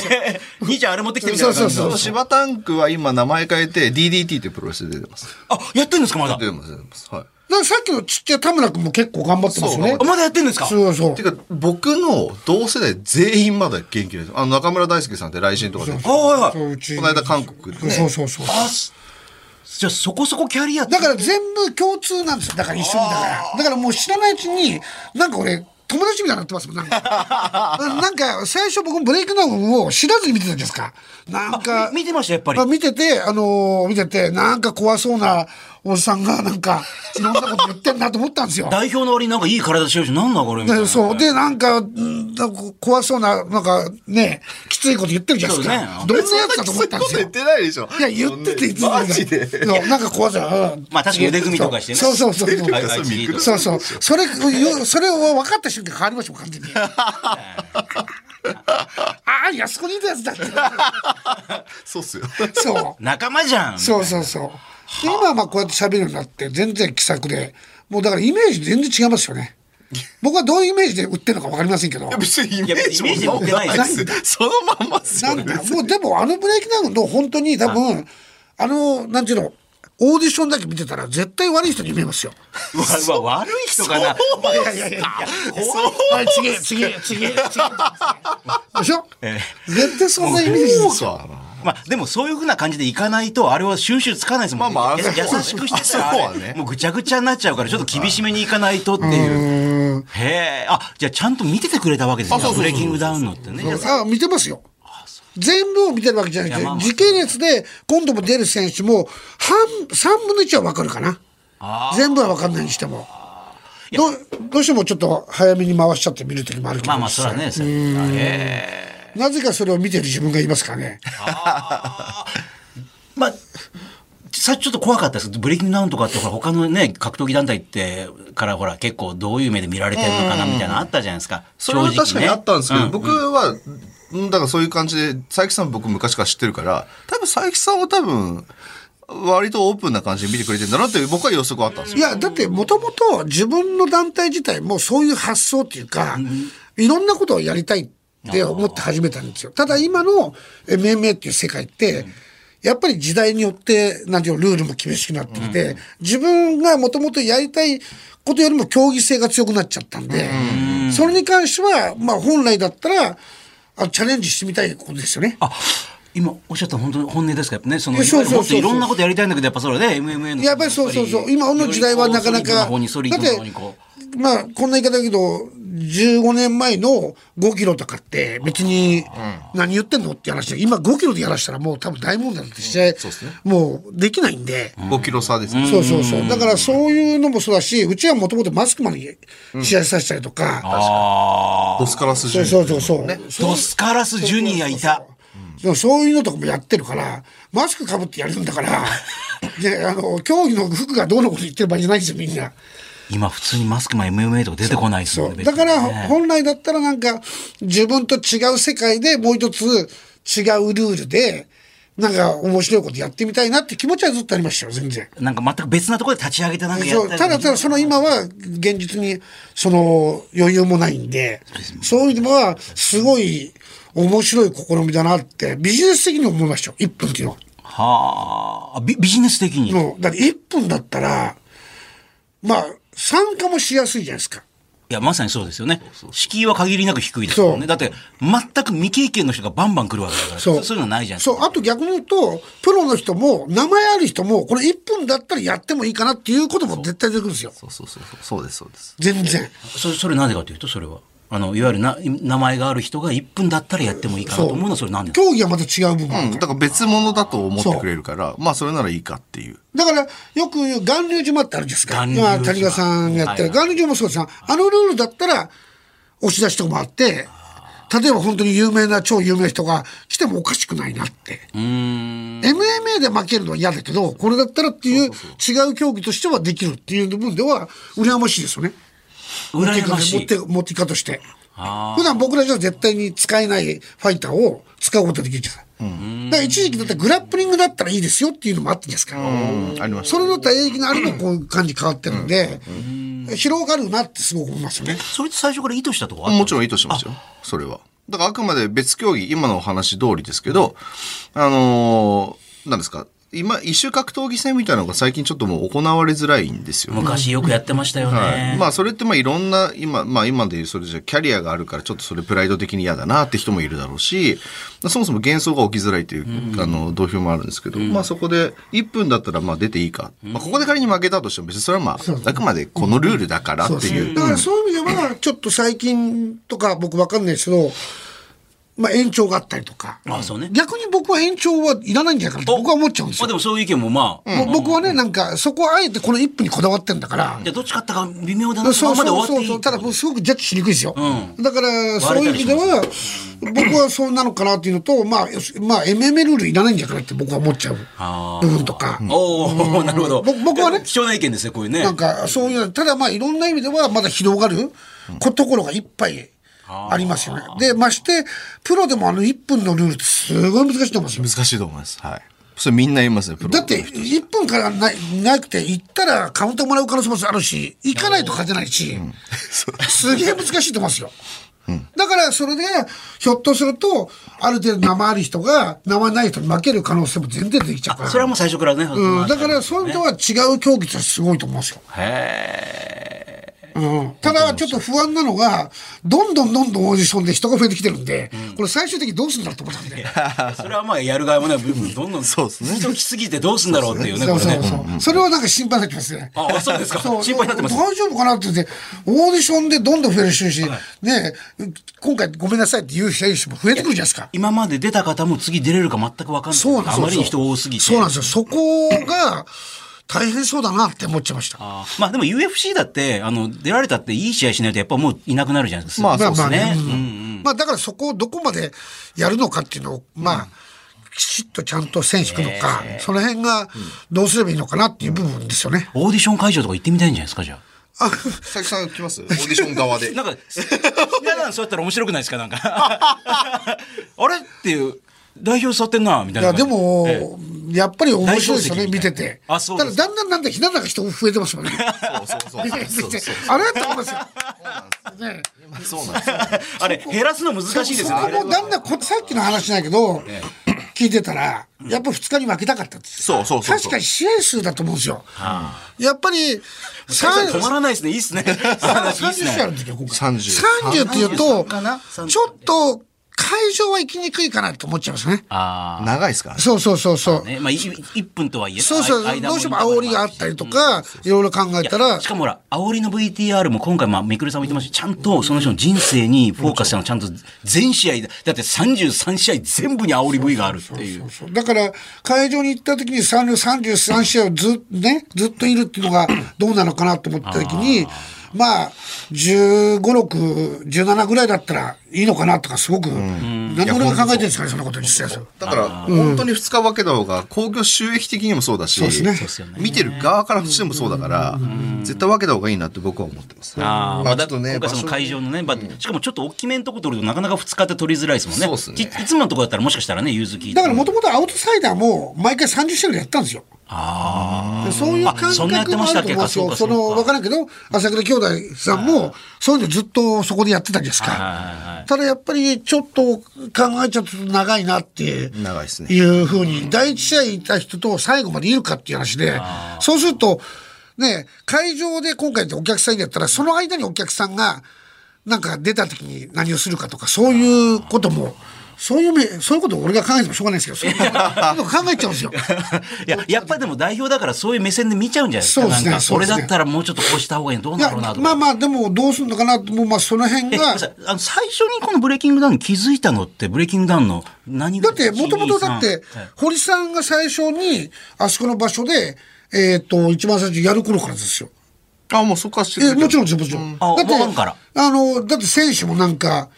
S3: 兄ちゃんあれ持ってきてみたいな感じの。
S4: そうそ
S2: そ
S4: う
S2: の芝タンクは今名前変えて DDT ってプロレスで出てます
S3: あ、やってんですかまだ。
S2: 出てます出てますはい
S4: だからさっきのちっちゃい田村君も結構頑張ってますよね
S2: そ
S3: あ。まだやってんですか
S4: そうそう
S2: て。か僕の同世代全員まだ元気ですあの中村大輔さんって来信とかでこ
S3: あはいはい。
S4: そううち
S2: の間韓国で、ね、
S4: そうそうそう。
S3: あ、すじゃあそこそこキャリアって
S4: だから全部共通なんですよ。だから一緒にだから。だからもう知らないうちに、なんか俺、友達みたいになってますもん、
S3: [LAUGHS]
S4: なんか。なんか、最初僕ブレイクダウンを知らずに見てたんですか。なん
S3: あ
S4: か、
S3: み見てました、やっぱり
S4: あ。見てて、あのー見てて、なんか怖そうなおっさんが、なんか、いろんなこと言ってんなと思った
S3: [LAUGHS]
S4: んですよ。
S3: 代表の割になんかいい体してるし、なんだこれみたいな。
S4: でそう。で、なんか、うんなんか怖そうな、なんかね、きついこと言ってるじゃないですか。
S3: そう
S4: どんなやつだと思ったんです
S2: そんなきついこと
S4: よ
S2: 言っ。てないでしょ
S4: いや、言ってていつも
S2: マジで
S4: なんか怖そう。うん
S3: まあ確かに腕組みとかしてね
S4: そうそうそうそう。
S3: ああいいと
S4: そうそう。それ、よそれを分かった瞬間変わりましたもん、完全 [LAUGHS] に。ああ、いや、そこにいたやつだって。
S2: そうっすよ [LAUGHS]
S4: そう。
S3: 仲間じゃん。
S4: そうそうそう。で今はまあこうやって喋るようになって、全然気さくで、もうだからイメージ全然違いますよね。僕はどういうイメージで売ってるのか分かりませんけど。
S2: 別にイメージも
S3: いやイメージ持ってないです
S2: ですそのまんまっす
S4: な
S2: よ
S4: ん
S2: ね
S4: だ、もうでもあのブレイキダウンの本当に多分、あの、なんていうの、オーディションだけ見てたら絶対悪い人に見えますよ。
S3: わわ悪い人かな。
S4: いやいやいやいや、はい、次、次、次、次。でしょ絶対そんなイメージですよ。
S3: まあ、でもそういうふうな感じでいかないと、あれは収集つかないですもんね。
S2: まあまあ
S3: や
S2: そう
S3: 優しくしてたら、
S2: あそうは
S3: あ
S2: ね
S3: れもうぐちゃぐちゃになっちゃうから、ちょっと厳しめにいかないとっていう。へえ。あ、じゃあちゃんと見ててくれたわけですね。ブレイキングダウンのってね。じゃあ
S4: あ見てますよ。全部を見てるわけじゃな
S3: い
S4: く
S3: やまあまあ
S4: て、時系列で今度も出る選手も半、3分の1は分かるかな。全部は分かんないにしても。どうどうしてもちょっと早めに回しちゃって見る時もあるけど
S3: まあまあ、それはね、それへえ。
S4: なぜかそれを見てる自分がいますからね。
S3: まあ、さっきちょっと怖かったですけど、ブレイキングダウンとかって、ほら他のね、格闘技団体って、からほら、結構どういう目で見られてるのかなみたいなのあったじゃないですか。
S2: それは確かにあったんですけど、
S3: 正直ね
S2: 僕は、うんだからそういう感じで、佐伯さん僕昔から知ってるから、多分佐伯さんは多分、割とオープンな感じで見てくれてるんだなっていう僕は予測はあったんですよ。
S4: いや、だってもともと自分の団体自体もそういう発想っていうか、いろんなことをやりたいって思って始めたんですよ。ただ今の MMA っていう世界って、やっぱり時代によって、なんていうのルールも厳しくなってきて、自分がもともとやりたいことよりも競技性が強くなっちゃったんで、それに関しては、まあ本来だったら、あチャレンジしてみたいことですよね。
S3: あ今おっしゃった本当に本音ですかやっぱねその
S4: いやそうそうそうそう
S3: いろんなことやりたいんだけどやっぱそれで MMA の
S4: やっぱりそうそうそう今の時代はなかな
S3: よりこうソリッド
S4: か
S3: 方にソリッドの方にこう
S4: まあこんな言い方だけど15年前の5キロとかって別に何言ってんのって話で今5キロでやらしたらもう多分大問題になってして、もうできないんで、
S2: 5キロ差ですね。
S4: そうそうそうだからそういうのもそうだしうちはもともとマスクマンに試合させたりとか、
S3: あ
S2: ボスカラスジュ
S4: そ
S2: ニ
S4: う
S2: ア
S4: そうそうそう、
S3: ードスカラスジュニアいた
S4: でもそういうのとかもやってるから、マス
S3: [LAUGHS]
S4: クかぶってやるんだから、であの競技の服がどうのこと言ってる場合じゃないんですよ、みんな。
S3: 今普通にマスクマン MMA とか出てこないですも
S4: そ
S3: んね
S4: う。
S3: 別
S4: だ
S3: に
S4: から、
S3: ね
S4: 本来だったらなんか、自分と違う世界でもう一つ違うルールで、なんか面白いことやってみたいなって気持ちはずっとありましたよ、全然。
S3: なんか全く別なところで立ち上げてなんかや
S4: そ
S3: っ
S4: う
S3: た
S4: た
S3: り
S4: だただその今は現実にその余裕もないんでそういう意味ではすごい面白い試みだなってビジネス的にも思いましたよ1分っていうのは。
S3: はあビビジネス的に、い
S4: もうだって1分だったらまあ参加もしやすいじゃないですか。
S3: やまさにそうですよね敷居は限りなく低いですもん
S4: そ
S3: ね
S4: う
S3: だって全く未経験の人がバンバン来るわけだからそういうのないじゃないです
S4: そう、あと逆に言うと、プロの人も、名前ある人も、これ1分だったらやってもいいかなっていうことも絶対出てくるんですよ。
S2: そうそうそうそうそうですそうです
S4: 全然。
S3: かそれそれなぜかというとそれはあのいわゆるな名前がある人が1分だったらやってもいいかなと思うのはそれなんで
S4: 競技はまた違う部分あ
S2: う
S4: る
S2: ん、
S4: か
S2: だか
S4: ら。
S2: ら別物だと思ってくれるからまあそれならいいかっていう
S4: だから、よく言う、巌流島ってあるじゃない
S3: 巌
S4: です
S3: 流島
S4: か。今、谷川さんやってる。
S3: はいは
S4: 巌流島もそうですよあのルールだったら、押し出しとかもあって、例えば本当に有名な、超有名な人が来てもおかしくないなって。MMA で負けるのは嫌だけど、これだったらっていう違う競技としてはできるっていう部分では、羨ましいですよね。
S3: 羨まし
S4: 持っ
S3: い
S4: て持ってき方として普段僕らじゃ絶対に使えないファイターを使うことができるじゃない、だから一時期だったらグラップリングだったらいいですよっていうのもあったんですから、
S2: うんありました
S4: それだったら演疫のあるのこういう感じ変わってるんで、広がるなってすごく思いますよね
S3: それって最初から意図したとこあった
S2: もちろん意図してますよそれはだからあくまで別競技今のお話通りですけどあのー、なんですか今一種格闘技戦みたいなのが最近ちょっともう行われづらいんですよね
S3: 昔よくやってましたよね、
S2: はい、まあそれってまあいろんな今,、まあ、今でいうそれじゃキャリアがあるからちょっとそれプライド的に嫌だなって人もいるだろうしそもそも幻想が起きづらいという、あの同票もあるんですけど、まあそこで1分だったらまあ出ていいか、まあ、ここで仮に負けたとしても別にそれはまああくまでこのルールだからっていう。
S4: だからそういう意味ではちょっと最近とか僕わかんないですけど、まあ、延長があったりとか
S3: あそうね
S4: 逆に僕は延長はいらないんじゃないかなと僕は思っちゃうんです
S3: まあ
S4: よ
S3: でもそういう意見もまあ、
S4: もう僕はねなんかそこはあえてこの一分にこだわってんだから、
S3: じゃあどっち勝ったか微妙だなそのままで終わっていいってこと
S4: ただこれすごくジャッジしにくいですよ、
S3: う
S4: だからそう
S3: 割
S4: い
S3: れ
S4: う
S3: たり
S4: 意味
S3: し
S4: で
S3: ます
S4: は僕はそうなのかなっていうのとまあよしまあ MMA ルールいらないんじゃないかなって僕は思っちゃう
S3: あ
S4: 部分とか、
S3: おお、なるほど。
S4: 僕僕はね
S3: 貴重な意見ですね、こういうね。
S4: [LAUGHS] なんかそういうただまあいろんな意味ではまだ広がることころがいっぱいありますよねでましてプロでもあの1分のルールってすごい難しいと思うんですよ
S2: 難しいと思います。はい。それみんな言いますね、プロ
S4: だって1分からないなくて行ったらカウントもらう可能性もあるし行かないと勝てないし、すげえ難しいと思いますよ。だからそれでひょっとするとある程度生ある人が生ない人に負ける可能性も全然できちゃうから
S3: それはもう最初からね。
S4: うん、だからそういう意味では違う競技ってすごいと思いますよ。
S3: へえ。
S4: うん、ただちょっと不安なのがどんどんどんどんオーディションで人が増えてきてるんで、これ最終的にどうするんだろうと思ったんで。
S3: それはまあ、やる側もね、どんどん、
S2: そうですね
S3: 人来すぎてどうすんだろうっていうね、こ
S4: そう
S3: れ
S4: そう
S3: ね。
S4: そう、それはなんか心配になってきますね。
S3: ああ、そうですか。
S4: そう
S3: 心配になってます。
S4: 大丈夫かなって言って、オーディションでどんどん増える人いるし、ねえ今回ごめんなさいって言う選手も増えてくるじゃないですか。
S3: 今まで出た方も次出れるか全く分かんない。
S4: そうなんです
S3: あまりに人多すぎて。
S4: そうなんですよ。そこが大変そうだなって思っちゃいました。
S3: あーまあでも UFC だって、あの、出られたっていい試合しないとやっぱもういなくなるじゃないですか。
S2: まあそうです
S4: まあ
S3: ね。
S4: うんまあだからそこをどこまでやるのかっていうのを、まあ、きちっとちゃんと線引くのか、その辺がどうすればいいのかなっていう部分ですよね。
S3: オーディション会場とか行ってみたいんじゃないですか、じゃあ。
S2: 佐々木さん来ますオーディション側 [LAUGHS] で
S3: なんか、嫌なんそうやったら面白くないですかなんか。 [LAUGHS] あれっていう、代表座ってんな、みたい
S4: い
S3: な
S4: や
S3: 感じ。
S4: でも、
S3: え
S4: やっぱり面白いですよね、
S3: 大表情
S4: 見て
S3: 的みたい
S4: て。
S3: なあそう
S4: た
S3: で
S4: だ
S3: す
S4: だんだんなんだ、ひなだか人増えてますもんね。
S2: [LAUGHS] そうそうそうそう
S4: あれだと思いますよ。ね
S2: そうなんですよ
S3: えあれ、減らすの難しいです
S4: そ
S3: よ
S4: こ
S3: ね。
S4: もだんだんこ、さっきの話じゃないけど、聞いてたら、やっぱ2日に負けたかったって
S2: そうそうそう
S4: 確かに試合数だと思うんですよ。やっぱり、三
S3: 止まらないですね。いいっすね。
S4: 30
S3: 話いいっす
S4: 試合あ
S3: ね。
S4: るんですよ、今回。
S2: 30
S4: 30っていうと、
S3: かな30
S4: ちょっと会場は行きにくいかなと思っちゃいますね。
S3: あ
S2: 長いですからね
S4: そうそうそうそう
S3: あ。。ね、まあ、い一分とはいえ、
S4: そうそう、
S3: あ間も
S4: どうしても煽りがあったりとか、いろいろ考え
S3: いや
S4: たら
S3: し、かもほら、煽りの VTR も今回、まあ、みくるさんも言ってましたけどちゃんとその人の人生にフォーカスしたの、ちゃんと全試合で、だって33試合全部に煽り V があるっていう。
S4: そうだから、会場に行った時に三33試合をず,、ね、ずっといるっていうのがどうなのかなと思った時に、まあ、15、6、17ぐらいだったらいいのかなとか、すごくなんで俺が考えてるんですかね、そんなこと実際そう。
S2: だから本当に2日分けた方が興行収益的にもそうだし
S4: そうですねそう
S3: ですよね
S2: 見てる側からしてもそうだから絶対分けた方がいいなって僕は思ってます。
S3: あーま
S2: ま
S3: あ、
S2: あち
S3: だ
S2: ょっとね
S3: 今回その
S2: 場所
S3: 会場のね、場しかもちょっと大きめのとこ取るとなかなか2日って取りづらいですもんね。
S2: そうっすね
S3: きいつものとこだったらもしかしたらね、融通聞いて
S4: だからもともとアウトサイダーも毎回30試合ぐらいやったんですよ。でそういう感
S3: あそんなやって
S4: 覚も
S3: まし
S4: あ
S3: たっ
S4: る
S3: け
S4: と思うんです
S3: あそうか
S4: よ。そ
S3: そう
S4: の、
S3: か
S4: わからんけど、朝倉兄弟さんも、そういうのずっとそこでやってたじゃないです
S3: はいはいは
S4: か。ただやっぱりちょっと考えちゃうと長いなって。
S2: 長いですね。
S4: いうふうに、第一試合いた人と最後までいるかっていう話で、そうすると、ね、会場で今回でお客さんやったら、その間にお客さんが、なんか出た時に何をするかとか、そういうことも、そういうめ、そういうことを俺が考えてもしょうがないですけど、そういうことを考えちゃうんで
S3: [LAUGHS]
S4: すよ。
S3: いや、やっぱりでも代表だからそういう目線で見ちゃうんじゃないですか。
S4: そうですね
S3: なんか、
S4: そう
S3: こ
S4: で
S3: れ
S4: すね
S3: だったらもうちょっとこうした方がいいのどう
S4: い
S3: な
S4: や、
S3: ろうなとか。
S4: まあまあ、でもどうするのかなと、もうまあその辺
S3: え
S4: が、
S3: [LAUGHS] ごめんなさいあの最初にこのブレイキングダウンに気づいたのって、ブレイキングダウンの何
S4: だ
S3: が
S4: って、もともとだって
S3: はい、
S4: 堀さんが最初に、あそこの場所で、えっ、と、一番最初やる頃からですよ。
S2: あもうそこは知って
S4: え
S2: る
S4: もちろんですよ、もちろん。
S3: あ
S4: だって
S3: わかんから
S4: あの、だって選手もなんか、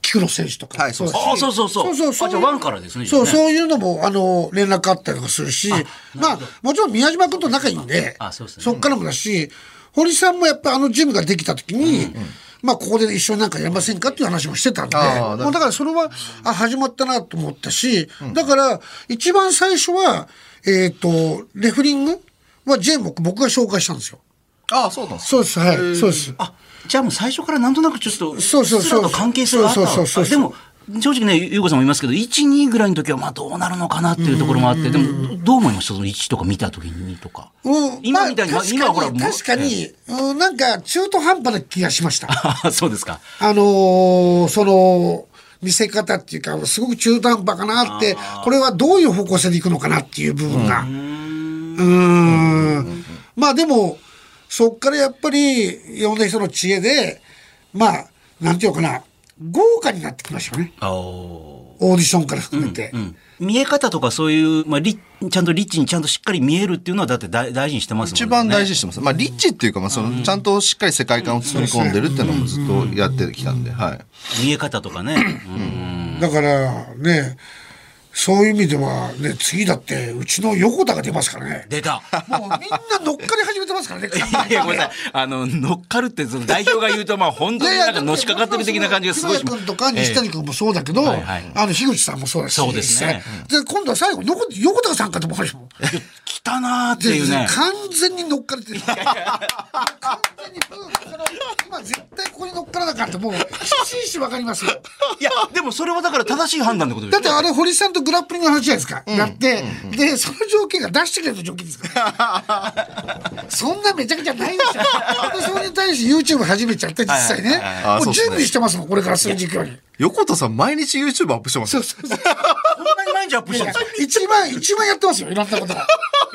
S4: 菊野選手とか。
S2: はいそう
S4: だし
S3: あそうそうそう
S4: そう
S3: あじゃあワンからですね
S4: そう、
S3: じゃあね
S4: そういうのも、あの、連絡あったりとかするし、まあ、もちろん宮島君と仲いいんで、
S3: あそうですね
S4: そっからもだし、堀さんもやっぱあのジムができた時に、まあ、ここで一緒になんかやりませんかっていう話もしてたんで、
S2: あーなるほど
S4: もうだからそれは、あ、始まったなと思ったし、だから、一番最初は、えっ、と、レフリングは J も僕が紹介したんですよ。
S2: ああそうなんです
S4: そうです、はい、そうです。
S3: あじゃあもう最初からなんとなくちょっと
S4: そうそうそう
S3: うっすらと関係性があったの
S4: そうそうそうそ
S3: あ
S4: う
S3: でも正直ね優子さんも言いますけど12ぐらいの時はまあどうなるのかなっていうところもあってでもどう思いましたその1とか見た時に2とか、
S4: [LAUGHS] うん
S3: 今みたいに、
S4: ま
S3: ま
S4: あ
S3: あ、
S4: 確
S3: 今はほ
S4: からに、確かに、うん、なんか中途半端な気がしました。
S3: [LAUGHS] あそうですか
S4: あのーその、見せ方っていうか、すごく中途半端かなって、これはどういう方向性でいくのかなっていう部分が。うーん。まあでも、そっからやっぱり、呼んだ人の知恵で、まあ、なんていうのかな、豪華になってきましたよね。
S3: あー
S4: オーディションから含めて。
S3: うん見え方とかそういう、まあ、リちゃんとリッチにちゃんとしっかり見えるっていうのはだって大大事にしてますもんね
S2: 一番大事にしてます。まあリッチっていうかまあそのちゃんとしっかり世界観を包み込んでるっていうのもずっとやってきたんではい。
S3: 見え方とか
S4: [LAUGHS]
S3: ね、うん
S4: だからね、そういう意味ではね、次だってうちの横田が出ますからね。
S3: 出た
S4: もうみんな乗っかり始めてますからね。
S3: [LAUGHS] いやごめんなさいあの乗っかるってその代表が言うとまあ本当になんかのしかかってる的な感じがすごいしま
S4: 君
S3: す
S4: とか西谷君もそうだけど、
S3: はいはい
S4: あの樋口さんもそうだし、
S3: そうですね
S4: 実際で今度は最後横横田さんかと思うでしょ。
S3: 来たなーっていうね
S4: で完全に乗っかれてる。完全にもうこの今絶対ここに乗っからなかったもうひしひしわかりますよ。
S3: いや、でもそれはだから正しい判断ってことで
S4: だっ
S3: す
S4: てあれ堀さんとグラップリングの話じゃないですか。やって、で、その条件が出してくれた条件ですから。そんなめちゃくちゃないでしょ。で、それに対して YouTube 始めちゃって、実際ね
S2: いはい。あ
S4: も
S2: そううっす
S4: 準
S2: ね
S4: 備してますもん、これからする時期に。
S2: 横田さん毎日 YouTube アップしてます
S4: そ
S2: よ
S4: う。そうそう。
S3: こんなに毎日アップしてるんですか
S4: 一番、一番やってますよ、いろんなことが。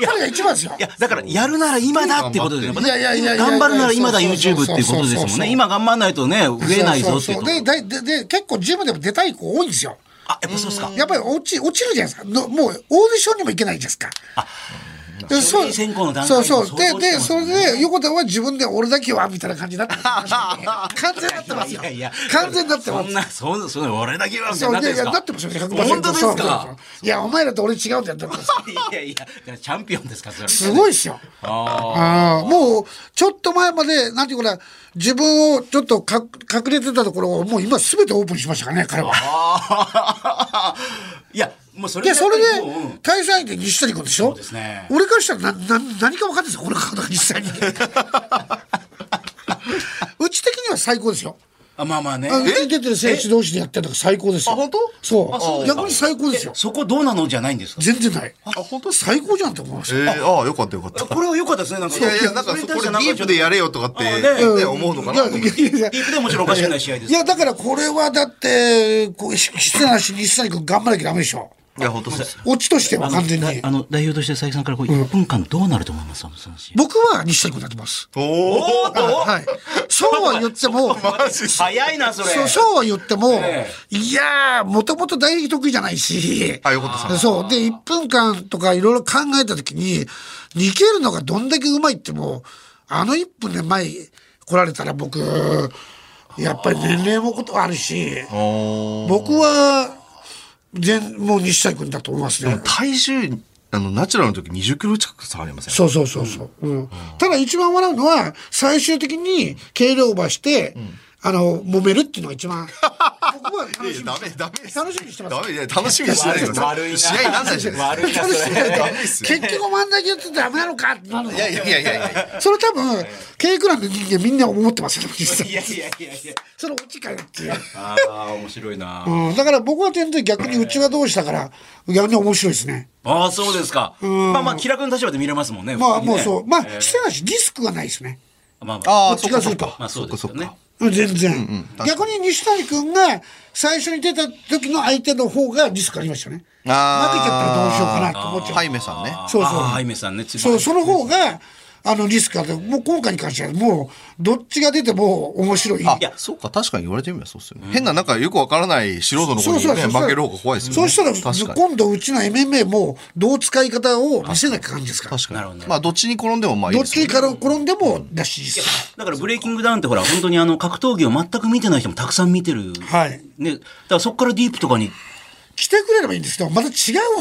S4: 彼が一番ですよ
S3: い。や、だから、やるなら今だっていうことですよね。
S4: いやいやいやいや
S3: 頑張るなら今だ
S4: そうそうそう
S3: YouTube っていうことです
S4: そう
S3: も
S4: そ
S3: ん
S4: うそう
S3: ね。今頑張らないとね、増えないぞっていう
S4: そ
S3: と
S4: うそうそうで、で、で、で結構ジムでも出たい子多いんですよ。
S3: あ、やっぱそうですか。
S4: やっぱり落ち落ちるじゃないですかのもうオーディションにも行けないじゃないですか。で
S3: 書
S4: そう
S3: 類選考の段階で
S4: そ
S3: も
S4: うそう
S3: 相
S4: で
S3: 当
S4: で
S3: して
S4: そ
S3: ます
S4: れ
S3: ね
S4: で横田は自分で俺だけはみたいな感じになってます完全になってますよ
S3: いやいや
S4: 完全になって
S3: そ
S4: ま
S3: ん
S4: す
S3: な、そんな、そんな、俺だけはみたい
S4: そ
S3: に
S4: う
S3: なっ
S4: い
S3: てるんで
S4: やい
S3: す
S4: や
S3: か
S4: なってますよ100%
S3: 本当です
S4: そうそう
S3: か
S4: そういやお前らと俺違うんだよだってます
S3: いやいや、チャンピオンですか、それ。
S4: すごいですよああもうちょっと前までなんていうかな自分をちょっとか隠れてたところをもう今全てオープンしましたからね彼は。
S3: あーいや、もうそれ
S4: いや、それ
S3: やっぱりもううん
S4: で、対戦相手西谷君でしょ
S3: うですね
S4: 俺からしたらな、な、何か分かってんですよ、このカードが実
S3: [LAUGHS]
S4: 際に。うち的には最高ですよ。
S3: あまあまあね。
S4: あうちに出てる選手同士でやってるのが最高ですよ。
S2: あ本当
S4: そう
S3: あそうですか
S4: 逆に最高ですよ。
S3: そこどうなのじゃないんですか
S4: 全然ない。あ、
S2: 本当
S4: 最高じゃんと思いまし
S2: え
S4: た。
S2: ー、ああよかったよかった。
S3: これは良かったですね、なんか。
S2: いやいやなんかそこれディープでやれよとかって、
S3: あね
S2: ね思うのかなと思って。
S4: いやいやいや
S3: ディープでもちろんおかしくない試合です
S4: いや、だからこれはだって、こう、し失礼な話、西谷君頑張らなきゃダメでしょ。
S2: いや本当そうです。
S4: オチとしては完全
S3: だ
S4: に
S3: あ。の代表として佐伯さんからこう1分間どうなると思いますそのそのシーン
S4: 僕は西谷君になってます。
S2: おおー。
S4: はい。そうは言って
S3: [LAUGHS]
S4: も、
S3: 早いなそれ
S4: そう、そうは言っても、
S3: え
S4: いやー、もともと大得意じゃないし、
S2: あ横田さん
S4: そう。で、1分間とかいろいろ考えたときに、逃げるのがどんだけうまいっても、あの1分で前来られたら僕、やっぱり年齢もことあるし、僕は、全、もう西崎君だと思いますね。
S2: 体重、あの、ナチュラルの時20キロ近く差ありません
S4: そうそうそうそう。うんただ一番笑うのは、最終的に軽量馬して、あの、揉めるっていうのが一
S2: [LAUGHS]
S4: 番、ここは楽しみ。
S2: ダメ、ダメです。
S4: 楽しみにしてます
S2: ダメ、いや、楽しみにしてないでくださ
S5: 悪い
S2: い。
S5: な
S2: 試合何歳してるんですか
S5: 悪いなそれ
S2: ダメですよ。
S4: 結局真ん中やってダメなのかってなるの
S2: いやいやいやいやいや。
S4: それ多分、軽クラブの人間みんな思ってますよ、実際。
S3: やいやいやいや。
S4: そのオチかよっていう。
S3: ああ、面白いな。
S4: うん、だから僕は全然逆にうちが同士だから、逆に面白いですね。
S3: ああ、そうですか。まあまあ、気楽な立場で見れますもんね。
S4: ま
S3: 普
S4: あ
S3: 通に
S4: もう
S3: ね
S4: そう。まあ、してなしリスクがないですね。
S3: まあまあ。
S2: ああ、
S4: こっ
S2: そ
S4: ち
S2: っか
S4: が
S2: そ
S4: す
S2: っ
S4: る
S2: か。
S3: まあそうですよね。
S4: 全然。逆に西谷君が最初に出た時の相手の方がリスクありましたね。負けち
S2: あー
S4: ゃったらどうしようかなと思っちゃう。
S2: ハイメさんね。
S4: そうそう
S3: ああハイメさんね。つい
S4: そう、その方が、あの、リスクあって、もう今回に関しては、もう、どっちが出ても面白い。
S2: あ、そうか、確かに言われてみればそうっすよね。変な、なんかよくわからない素人の子
S4: そう
S2: に
S4: そう
S2: ね、負ける方が怖いですよね。
S4: そうしたら、
S2: 確かに。
S4: 今度うちの MMA も、どう使い方を見せなきゃ感じですから。
S2: 確
S3: な
S2: か
S3: るほど
S2: に
S3: ね。
S2: まあ、どっちに転んでもまあいい
S4: どっ
S2: です
S4: ち
S2: よ
S4: に
S2: ね。
S4: から転んでも、だし、リスク
S3: だからブレイキングダウンってほら、本当にあの、格闘技を全く見てない人もたくさん見てる。
S4: はい
S3: ね。だからそこからディープとかに。
S4: 来てくれればいいんですけど、また違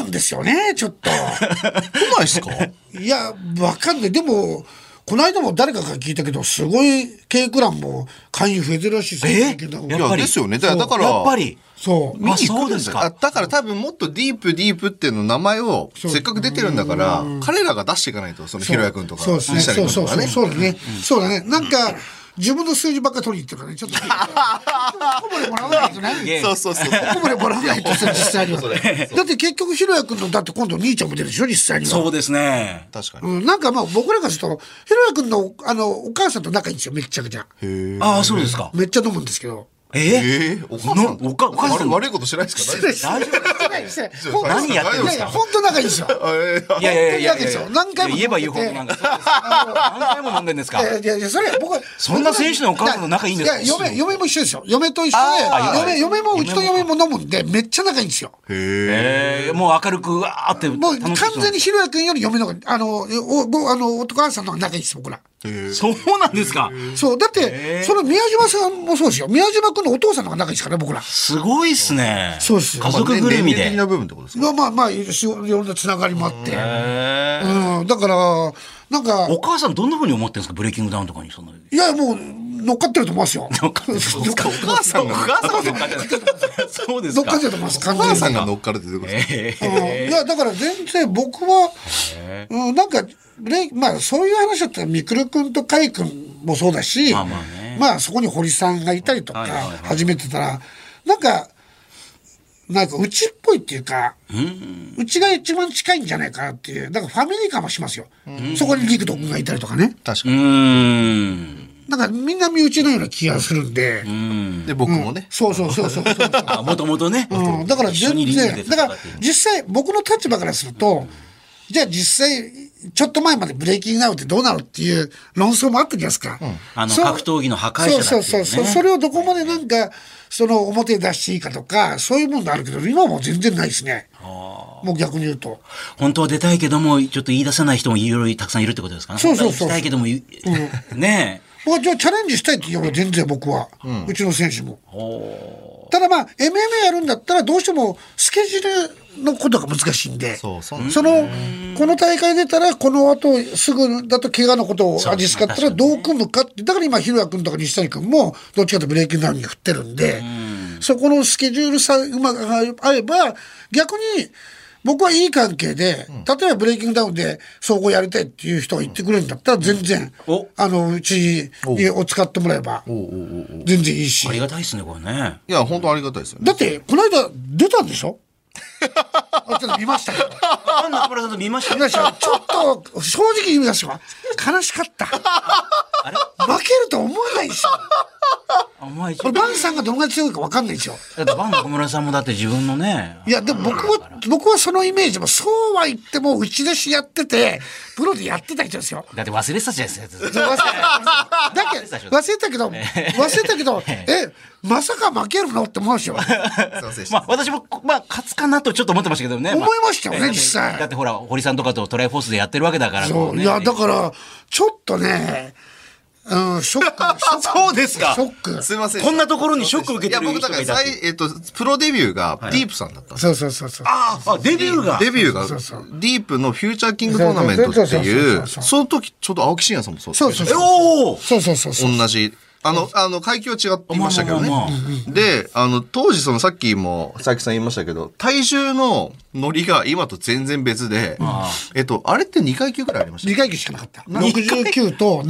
S4: うんですよね、ちょっ
S2: [LAUGHS]
S4: と。
S2: 来ないですか
S4: いや、わかんない。でも、この間も誰かから聞いたけど、すごい、K クランも会員増えてるらしいですよ
S3: え
S2: い
S3: やっぱ
S2: や、
S3: り
S2: ですよね。だだから、
S3: やっぱり。
S4: そう。
S2: 見に行くん
S3: あそう
S2: だよ
S3: ですか
S2: あだから多分もっとディープディープっていうの名前をせっかく出てるんだから、彼らが出していかないと、そのひろやくんとか、
S4: そうですね。
S2: 西
S4: そ
S2: 谷
S4: う
S2: くん
S4: そ
S2: と
S4: う
S2: か
S4: そう。
S2: ね。
S4: そうだね。そうだね。なんか、自分の数字ばっかり取りに行ってるからね、ちょっと。ここまでもらわないとね。
S2: そうそう
S3: [LAUGHS]
S2: そう。
S4: ここまでもらわないとさ、実際
S2: [LAUGHS]
S4: には。だって結局、ひろやくんの、だって今度兄ちゃんも出るでしょ、実際には。
S3: そうですね。
S2: 確かに。
S4: うん、なんかまあ僕らからすると、ひろやくんの、あの、お母さんと仲いいんですよ、めっちゃくちゃ。
S3: ああ、そうですか。
S4: めっちゃ飲むんですけど。
S3: え
S2: ええお母さん
S3: のお母お母さん
S2: 悪い悪いことしてないですか
S4: 大丈夫ですか
S3: 何やってんですか
S4: 本当仲いいですよ。
S2: 夫
S3: いやいやいやいやい
S4: 本当に嫌ですよ
S3: や。
S4: 何回も
S3: 言えば言うほどなんか。そうです何回も飲んでんですか。
S4: いやいやいや、それ僕は、
S3: そんな選手のお母さんと仲いいんですか
S4: いや、嫁、嫁も一緒ですよ。嫁と一緒
S3: あー
S4: で、嫁、嫁も、うちと嫁も飲むんで、めっちゃ仲いいんですよ。
S3: えーもう明るくあって
S4: もう
S3: 楽
S4: 完
S3: しそう
S4: 全にひろやくんより嫁の方が、あの、お、ごあの、お母さんの方が仲いいです、僕ら。
S3: そうなんですか
S4: そう、だって、その宮島さんもそうですよ。宮島くんのお父さんの方が仲いいですからね、僕ら。
S3: すごいっすね
S4: そうっす
S3: 家族ぐるみ
S2: 的
S3: で
S2: な部分ってことですか
S4: まあまあまあ、いろんなつながりもあって。うん、だから、なんか、
S3: お母さんどんなふうに思ってるんですかブレイキングダウンとかにそんない
S4: や、もう、乗っかってると思いますよ。乗っかってる [LAUGHS]
S2: お母さんが、お母さんが
S3: そうで
S4: 乗っかってると思います、完
S2: お
S4: 全
S2: 母
S4: に
S2: さんが乗っかるってどういうことですか
S4: うんいや、だから全然僕は、うん、なんか、レイまあそういう話だったら、みくるくんとかいくんもそうだし、まあ
S3: まあね
S4: そこに堀さんがいたりとか
S3: はいはいはい、
S4: 始めてたら、なんか、なんかうちっぽいっていうか、うちが一番近いんじゃないかなっていう、なんかファミリー感もしますよ。そこに陸斗君がいたりとかね。
S2: 確か
S3: うーん
S4: なんかみんな身内のような気がするんで、
S2: に。で、僕もね。
S4: そうそうそうそうそうそう。
S3: あもともとね
S4: うん、だから
S3: 一緒に
S4: 全
S3: リングで戦
S4: 然、だから
S3: ってる
S4: 実際、僕の立場からすると、じゃあ実際、ちょっと前までブレイキングダウンってどうなのっていう論争もあったじゃないですか。
S3: あの
S4: そう
S3: 格闘技の破壊者だっていう
S4: そ
S3: ね
S4: うそうそう。それをどこまでなんか、その表に出していいかとか、そういうものがあるけど、今はもう全然ないですね。もう逆に言うと。
S3: 本当は出たいけどもちょっと言い出せない人もいろいろたくさんいるってことですかね
S4: そうそうそ
S3: 本
S4: う
S3: 当は行きたいけどもいねえ
S4: 僕はじゃあチャレンジしたいって言えば全然僕は、うちの選手も。ただまあ、MMA やるんだったらどうしてもスケジュールのことが難しいんで、
S2: そうそう
S4: その、この大会出たらこの後すぐだと怪我のことを味使ったらどう組むかって、だから今、ひろや君とか西谷君もどっちかというとブレーキングダウンに振ってるんで、そこのスケジュールさえうまく合えば、逆に、僕はいい関係で、例えばブレイキングダウンで総合やりたいっていう人が言ってくれるんだったら全然、
S3: お
S4: あの、うちを使ってもらえば、全然いいし
S3: あ。りがたいですねこれね
S2: いや、本当ありがたいですよね。
S4: だって、この間出たんでしょ [LAUGHS] あちょっと見ましたけど。
S3: あ中村さんと見ました
S4: 見ましたちょっと、正直言いますわ。悲しかった。負けると思わないでしょ。
S3: お前
S4: これ、バンさんがどのぐらい強いか分かんないでしょ。
S3: だってバン中村さんもだって自分のね
S4: いや、でも僕は、僕はそのイメージも、そうは言っても、うち弟子やってて、プロでやってた人ですよ。
S3: だって忘れてたじゃないですか
S4: 忘れただけど忘れたけど忘れたけどえまさか負けるのって思うでしょ
S3: まあ私も、まあ、勝つかなとちょっと思ってましたけどね。
S4: 思いましたよね
S3: まあ
S4: 実際
S3: だってほら、堀さんとかとトライフォースでやってるわけだから。
S4: そ
S3: こ
S4: う
S3: ね
S4: いやだからちょっとねうん、ショック。ショッ
S3: [LAUGHS]
S4: ク
S3: そうですか
S4: ショック。
S2: すいません。
S3: こんなところにショックを受けてる
S2: いや、僕だ
S3: 人
S2: か
S3: が
S2: ら
S3: いたって
S2: 最、えっと、プロデビューがディープさんだったんです
S4: そうそうそうそう。
S3: ああ、デビューが。
S2: デビューが、デ
S4: そうそう
S2: ィープのフューチャーキングトーナメントってい
S4: そうそうそうそう
S2: う、
S4: そう
S2: その時、ちょうど青木真也さんもそう
S4: そうそう
S2: う。
S4: そう。
S3: おお
S4: そうそうそうそう。
S2: 同じ。あの、あの、階級は違っていましたけどね
S3: まあまあまあ。
S2: で、あの、当時、その、さっきも、佐々木さん言いましたけど、体重のノリが今と全然別で、えっと、あれって2階級くらいありました
S4: 2階級しかなかった。69と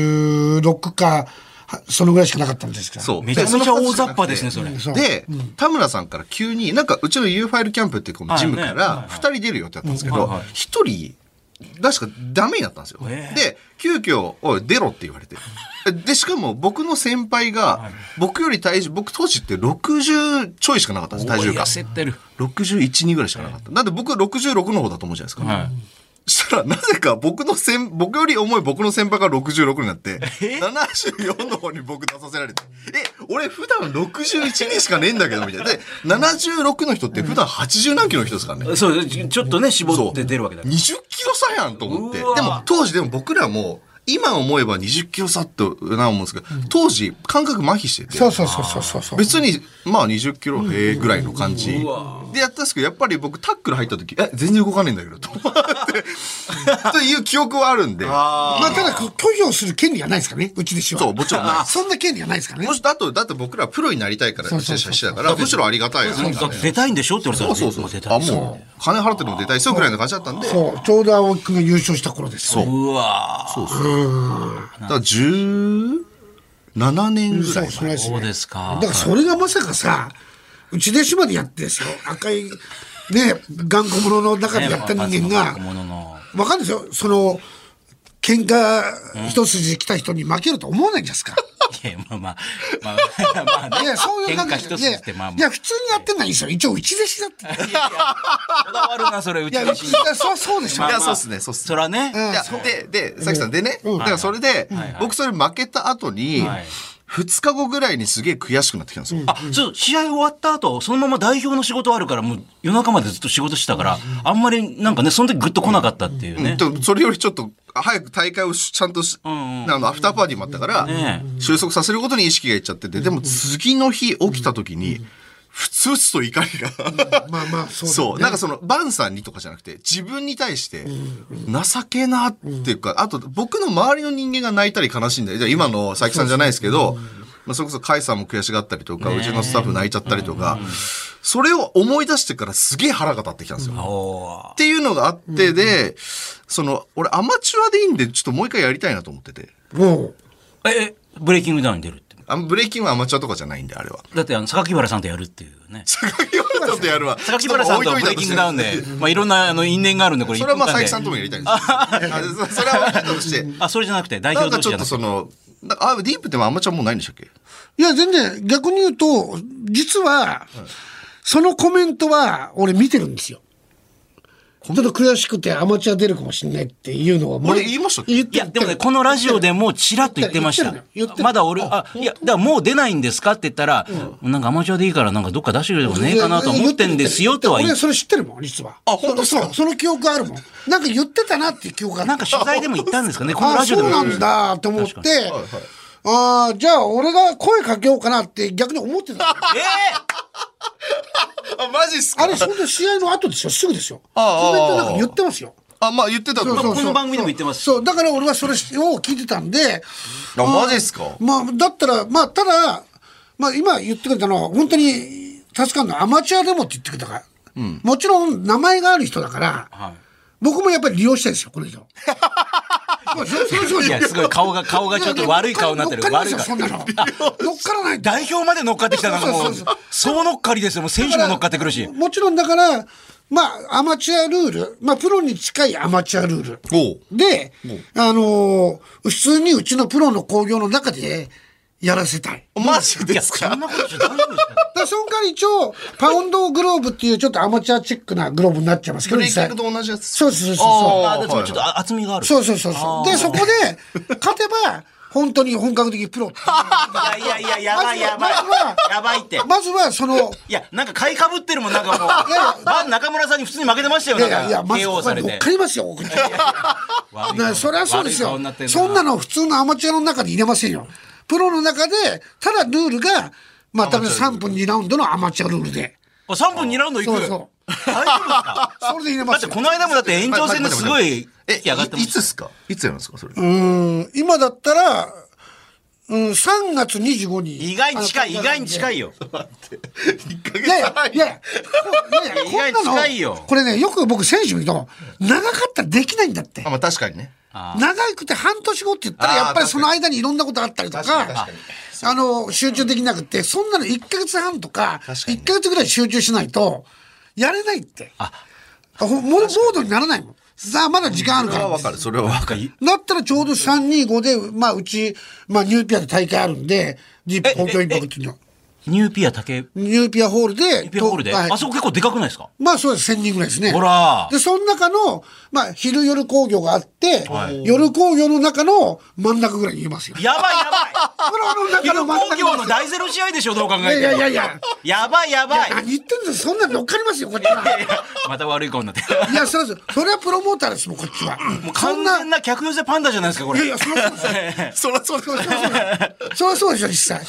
S4: 76か、はそのぐらいしかなかったんですから。
S2: そう。
S3: めちゃめちゃ大雑把ですね、それ。
S4: そう
S2: で、田村さんから急に、なんかうちの U ファイルキャンプってこのジムか
S3: はいはい
S2: ら2人出るよってやったんですけ
S3: うん
S2: ど
S3: はいはい、
S2: 1人、確かダメになったんですよ。
S3: ええ
S2: で、急遽、おい、出ろって言われて。で、しかも僕の先輩が、僕より体重、僕当時って60ちょいしかなかったんです、体重
S3: おー
S2: が。
S3: 痩せてる。
S2: 61、2ぐらいしかなかった。なんで僕は66の方だと思うじゃないですか。
S3: は
S2: そしたら、なぜか僕の先、僕より重い僕の先輩が66になって、
S3: [LAUGHS] え
S2: 74の方に僕出させられて、え、俺普段61人しかねえんだけど、みたいな。で、76の人って普段80何キロの人ですからね。
S3: い。そう、ちちょっとね、絞
S2: そ
S3: っ
S2: う
S3: て出るわけだか
S2: 20
S3: ら。
S2: キロ差やんと思って。で
S3: うわ
S2: も当時でも僕らも、今思えば20キロ差ってな思うんですけど、当時感覚麻痺してて。
S4: そうそうそうそうそうそう。
S2: 別にまあ20キロへえぐらいの感じで
S3: うわ
S2: やったんですけどやっぱり僕タックル入った時え全然動かねえんだけどと思ってという記憶はあるんで
S4: まあ、ただ、こう拒否をする権利がないですからね、うちでしは。
S2: そうもちろんない
S4: そんな権利がないですからね
S2: も。しだとだって僕らプロになりたいから
S4: そう
S2: 出
S4: そう
S2: 社
S4: そう
S2: してたからむしろありがたいやん
S3: うんだって出たいんでしょって言われた
S2: そ
S3: ら
S2: う
S3: ね。
S2: そうそう
S3: 出た
S2: あ
S3: いです
S2: もう金払ってでも出たいっすよぐらいの感じだったんで
S4: そう、ちょうど青木君が優勝した頃ですよ、ね。
S3: うわ
S2: そうそうだから17年ぐらい
S4: そう
S2: 前
S4: れ
S3: そうですか
S4: だからそれがまさかさ、うちでしまでやってですよ、赤い、ね、頑固者の中でやった人間が、
S3: ね若い者の
S4: わかるんですよ、その、喧嘩一筋で来た人に負けると思わないじゃないですか。
S3: いや、まあまあ、まあ、まあ、
S4: [LAUGHS] いや、そうい
S3: 喧
S4: う感
S3: 嘩
S4: じ
S3: 一
S4: で。い
S3: つって、まあ
S4: や、い
S3: まあ
S4: や、普通にやってんのはいいですよ。一応、うち弟子だって。い
S3: こだわるな、それ、うち [LAUGHS]
S4: や、
S3: の親
S4: うち、
S3: 戚
S4: いやそう、そうでしょ。
S2: い
S3: まあ
S2: やそうっすねそうっすね
S3: そらね。
S2: いやで、で、佐々木さん、でね、だからそれで、僕それ負けた後に
S3: はい、
S2: 2日後ぐらいにすげえ悔しくなってきたんですよ。
S3: あ、そう、試合終わった後、そのまま代表の仕事あるから、もう夜中までずっと仕事してたから、あんまりなんかね、その時グッと来なかったっていうね。
S2: うんとそれよりちょっと早く大会をしちゃんとし、あのアフターパーティーもあったから、
S3: ね
S2: 収束させることに意識がいっちゃってて、でも次の日起きた時に、ふつふつと怒りが。
S4: まあまあ、そうだ、ね。
S2: そう。なんかその、バンさんにとかじゃなくて、自分に対して、情けなっていうか、あと、僕の周りの人間が泣いたり悲しんだり、じゃあ今の佐々木さんじゃないですけど、まあ、それこそ、甲斐さんも悔しがったりとか、うちのスタッフ泣いちゃったりとか、それを思い出してからすげえ腹が立ってきたんですよ。
S3: おー
S2: っていうのがあってで、その、俺アマチュアでいいんで、ちょっともう一回やりたいなと思ってて。
S4: もう、
S3: え、ブレイキングダウンに出るって。
S2: あのブレイキンはアマチュアとかじゃないんで、あれは。
S3: だって、あの、榊原さんとやるっていうね。
S2: 榊 [LAUGHS] 原さんとやるわ。
S3: 榊原さんとブレイキングダウンで、まあ、いろんなあの因縁があるんで、こ
S2: [LAUGHS]
S3: れ
S2: それはまあ、
S3: 一
S2: 佐
S3: 分間
S2: 々
S3: で
S2: 木さんともやりたいんですけどあそそれは分かったとして。
S3: あ、それじゃなくて、代
S2: な
S3: 表
S2: んか
S3: 同士
S2: ち
S3: じ
S2: ょ
S3: ゃ
S2: っ
S3: な
S2: と
S3: くて
S2: そ。の、なんかあ、ディープってもアマチュアもうないんでしたっけ
S4: いや、全然、逆に言うと、実は、そのコメントは、俺見てるんですよ。ちょっと悔しくてアマチュア出るかもしれないっていうのを前、
S2: 俺言いましたっけ
S4: 言って
S3: いや、でもね、このラジオでもちらっと言ってまし
S4: 言ってる言って
S3: た。
S4: る
S3: まだ俺、あ、いや、だからもう出ないんですかって言ったら、なんかアマチュアでいいから、なんかどっか出してくれとかねえかなと思ってんですよとは言
S4: 俺
S3: っ
S4: それ知ってるもん、実は。
S2: あ本当ですか
S4: そうその記憶あるもん。なんか言ってたなっていう記憶がある。
S3: なんか取材でも言ったんですかね、この
S4: あ
S3: ラジオでも
S4: そうなんだと思って
S3: 確、
S4: ああ、じゃあ俺が声かけようかなって逆に思っ
S3: [LAUGHS]
S4: てた。
S3: え
S2: あ、マジっす
S4: あれ、そんな試合の後ですよ、すぐですよ。
S2: あ
S4: コ
S2: あ
S4: メントなんか言ってますよ。
S2: あ、まあ言ってたと
S3: え
S2: 思
S3: この番組でも言ってますし。
S4: そう、だから俺はそれを聞いてたんで、
S2: あマジっすか
S4: まあ、だったら、まあ、ただ、まあ、今言ってくれたのは、本当に助かるのはアマチュアでもって言ってくれたから。もちろん、名前がある人だから、
S3: はい
S4: 僕もやっぱり利用したいですよ、こ
S3: [LAUGHS]
S4: の人。まあそそうそう
S3: いや、すごい顔が、顔がちょっと悪い顔になってる。
S4: 乗っかり
S3: 悪
S4: ま
S3: い
S4: す
S3: 顔
S4: よそん。なの。乗っからないと。
S3: 代表まで乗っかってきたなんかもう
S4: そうそうそう、
S3: 総乗っかりですよ。もう選手も乗っかってくるし。
S4: もちろんだから、まあ、アマチュアルール、まあ、プロに近いアマチュアルール。
S2: おう
S4: で、あのー普通にうちのプロの興行の中でやらせたい。
S2: マジ
S3: い
S2: で
S3: や、
S2: す
S3: そ
S2: か
S3: んなことじゃ大丈夫ですか
S4: だからその代わり一応、パウンドグローブっていうちょっとアマチュアチックなグローブになっちゃいますけ
S2: ブ
S4: ど、
S2: レ
S4: 実
S2: イキング。
S4: 際
S2: と同じやつ
S4: そうそうそう
S2: あ
S4: そ
S2: ー
S3: あ、でもちょっと厚みがあ
S4: う。
S3: る。
S4: そうそうそうそう。で、そこで、勝てば、本当に本格的プロっていう
S3: いやいやいや、やばいやばい
S4: まずは。
S3: やばいって。
S4: まずはその、
S3: いや、なんか買いかぶってるもん、なんかもう。
S4: いやいや
S3: バン中村さんに普通に負けてましたよ、
S4: い
S3: な
S4: や
S3: んか
S4: いや、いや、まずこ
S3: され
S4: こ
S3: て
S4: っ。かりますよ、僕
S3: 悪い顔
S4: なそりゃそうです
S3: 悪い
S4: よ
S3: 顔にってる
S4: そんなの普通のアマチュアの中に入れませんよ。プロの中で、ただルールが、まあ、たぶ3分2ラウンドのアマチュアルールで。
S3: あ3分2ラウンド行
S4: そう
S3: く。
S4: そ
S3: 大丈夫ですか
S4: [LAUGHS] う。それで入れ
S3: だ
S4: ま
S3: っ
S4: す
S3: て
S4: よ。
S3: この間もだって延長戦ですごい、
S2: え、
S3: 上がってま
S2: い
S3: し
S2: いつですかいつやるんですかそれ。
S4: うん、今だったら、うん、3月25日。
S3: 意外に近い、意外に近
S4: い。
S3: いよ。
S4: いやいや、いやいや、こいやいや
S3: [LAUGHS] 意外に
S4: こんなの
S3: 近いよ
S4: これね、よく僕選手に言うと、長かったらできないんだって
S2: あ、。まあ確かにね。
S4: 長くて半年後って言ったら
S2: あー
S4: やっぱりその間にいろんなことあったりとか
S2: 確かに確かに
S4: あの集中できなくてそんなの1か月半とか
S2: 確かにね
S4: 1か月ぐらい集中しないとやれないって
S3: あ
S4: ほモードにならないもんさあまだ時間ある
S2: そ
S4: か
S2: れは
S4: ら
S2: わかる。それはわかる。
S4: だったらちょうど325で、まあ、うち、まあ、ニューピアで大会あるんで日本東京インパクトの
S3: ニューピア竹、ニ
S4: ニューピアホールで
S3: ューピアホールで。
S4: とはい
S3: あそこ結構でかくないですか
S4: まあそうです、1000人ぐらいですね。
S3: ほら
S4: で、その中の、まあ、昼夜工業があって、夜工業の中の真ん中ぐらいにいますよ。
S3: やばいやば
S4: これあの
S3: い。昼
S4: 中の真ん
S3: 工
S4: 中
S3: 業
S4: ぐら
S3: の
S4: [LAUGHS] いで
S3: 大ゼロ試合でしょ、どう考え
S4: す
S3: ても。
S4: よ。いやいやいや。
S3: やばいやばい。
S4: 何言ってんですそんなの乗っかりますよ、こっ
S3: [LAUGHS]
S4: ちは。
S3: また悪い顔になって。
S4: いや、それは、それはプロモーターですもん、こっちは。
S3: もう
S4: そ
S3: 完
S4: んな、
S3: 全
S4: い
S3: な客寄せパンダじゃないですか、これ。
S4: やいや、そりゃそうですよ。
S2: そりゃ
S3: [LAUGHS]
S2: そう
S4: そりゃそうそうでしょ、実際。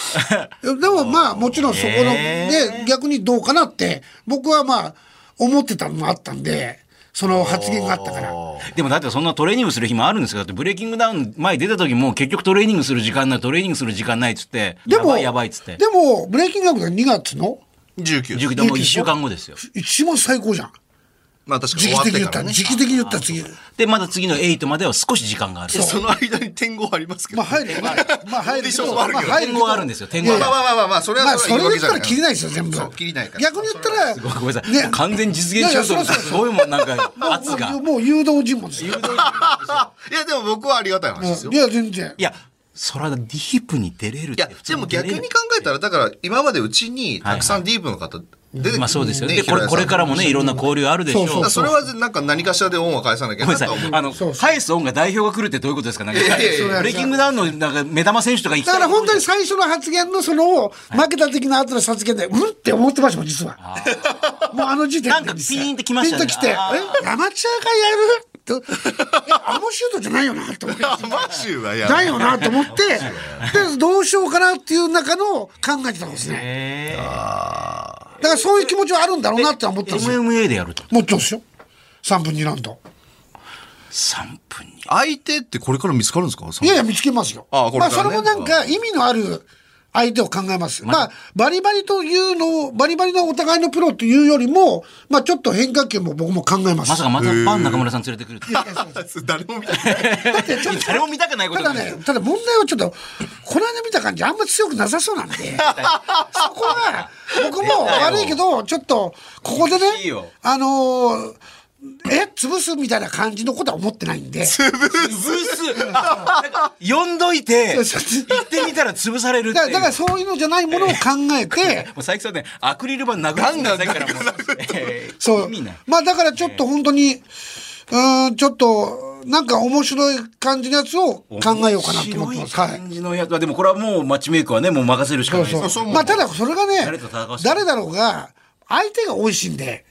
S4: でもまあ、もちろんそこの、
S3: へ
S4: ね、逆にどうかなって、僕はまあ、思ってたのもあったんで、その発言があったから。
S3: でもだってそんなトレーニングする日もあるんですよ。だってブレイキングダウン前に出た時も結局トレーニングする時間ない、トレーニングする時間ないっつって。
S4: で
S3: や
S4: も、
S3: ばいやばいっつって
S4: で。も、ブレイキングアップが2月の
S2: 19。
S3: 塾でもう1週間後ですよ。
S4: 一番最高じゃん。
S2: まあ確かに
S4: 時
S2: 終わ
S4: 期
S2: っ
S4: 的
S2: て
S4: に言
S2: か
S4: った
S2: ら
S4: ら、
S2: ね。
S4: 時期的に言ったら次。
S3: で、まだ次の8までは少し時間がある。
S2: その間に点号ありますけど。
S4: まあ入るよね。まあ入るけ
S2: コンディシ
S4: ど。
S2: ョンもあるけど
S4: まあ入る
S3: 天
S4: け
S3: 候
S4: ど
S3: があるんですよ、天
S2: ま
S3: 候
S2: あまあ
S3: が。
S2: まあまあまあ、それは、
S4: まあ、そ
S2: 言
S4: れ
S2: い
S4: 言っ
S2: 訳じゃ
S4: た
S2: な
S4: ら
S2: い
S4: 切れないですよ、全部。
S2: そう切りないから
S4: 逆に言ったら、
S3: ごめんなさい。
S4: ね
S3: 完全実現しようと思ったらすごいもん、なんか
S4: もう
S3: 圧が。
S4: もうもう誘導尋問ですよ。
S2: [LAUGHS] いや、でも僕はありがたい話ですよ
S4: い。や、全然。
S3: いや、それはディープに出れるっ
S2: い
S3: て
S2: や、でも逆に考
S3: 普
S2: えたら、だから今までうちにたくさんディープの方出て
S3: 通に出れるまあそうですよね。で、こ
S2: 平
S3: れ、
S2: 井さん
S3: これからもね、いろんな交流あるでしょ
S4: そうそうう
S2: だからそれはなんか何かしらで恩は返さなきゃ
S3: ごめ
S2: なん
S3: な
S2: と
S3: さ
S2: はい思う。。
S3: あの、
S4: そうそう
S3: 返す恩が代表が来るってどういうことですかなんか、
S2: やいやい
S4: や
S3: ブレイキングダウンの、なんか、目玉選手とか行き
S4: だ
S3: た
S4: か
S3: い
S4: ら本当に最初の発言のその、負けた的な後の発言で、うんって思ってましたもん、実は。もうあの時点で。
S3: なんかピーンってきましたよね
S4: ピンときて、え
S3: あ
S4: アマチュアがやると、えあのシュートじゃないよな、って思って。
S2: マジはや
S4: な
S2: だ
S4: いよなと思って、でどうしようかなっていう中の考えてたんですね。
S3: へー
S4: だからそういう気持ちはあるんだろうなって思ってたんですよ。
S3: MMA でやると
S4: 持ってますよ。3分2ラウンド。
S3: 3分に
S2: 相手ってこれから見つかるんですか
S4: いやいや、見つけますよ。
S2: あこれ
S4: ま
S2: か
S4: あ、
S2: らね
S4: それもなんか意味のある相手を考えます。まあ、バリバリというのを、バリバリのお互いのプロというよりも、まあ、ちょっと変化球も僕も考えま。
S3: ますさかまたパン中村さん連れて
S4: [LAUGHS]
S3: くるって
S2: [LAUGHS] 誰も見たくない。
S4: だってちょっと
S3: [LAUGHS] 誰も見たくないこと
S4: た
S3: だ
S4: だ
S3: ね
S4: ね、ただ問題はちょっと、この間見た感じ、あんま強くなさそう
S3: [LAUGHS]
S4: なんで、そこは、僕も悪いけど、ちょっと、ここでね
S3: いいよ、
S4: あのーえ潰すみたいな感じのことは思ってな
S3: [LAUGHS]
S4: いんで。
S3: ブースあ呼んどいて
S4: そうそう
S3: 行ってみたら潰されるって
S4: だから
S3: いう
S4: だからそういうのじゃないものを考
S3: [LAUGHS]
S4: えて、
S3: もう佐伯さんねアクリル板殴ってんだからもうえー
S4: そう
S3: 意味ない。
S4: まあだからちょっと本当に、うーん、ちょっと、なんか面白い感じのやつを考えようかなと思ってます。
S3: 白
S4: はいい。
S3: 感じのやつはでもこれはもうマッチメイクはねもう任せるしか
S4: そ
S3: な
S4: う
S3: いです
S4: そう。まあただそれが
S3: 誰
S4: ね
S3: と戦わせ、て
S4: 誰だろうが、相手が美味しいんで、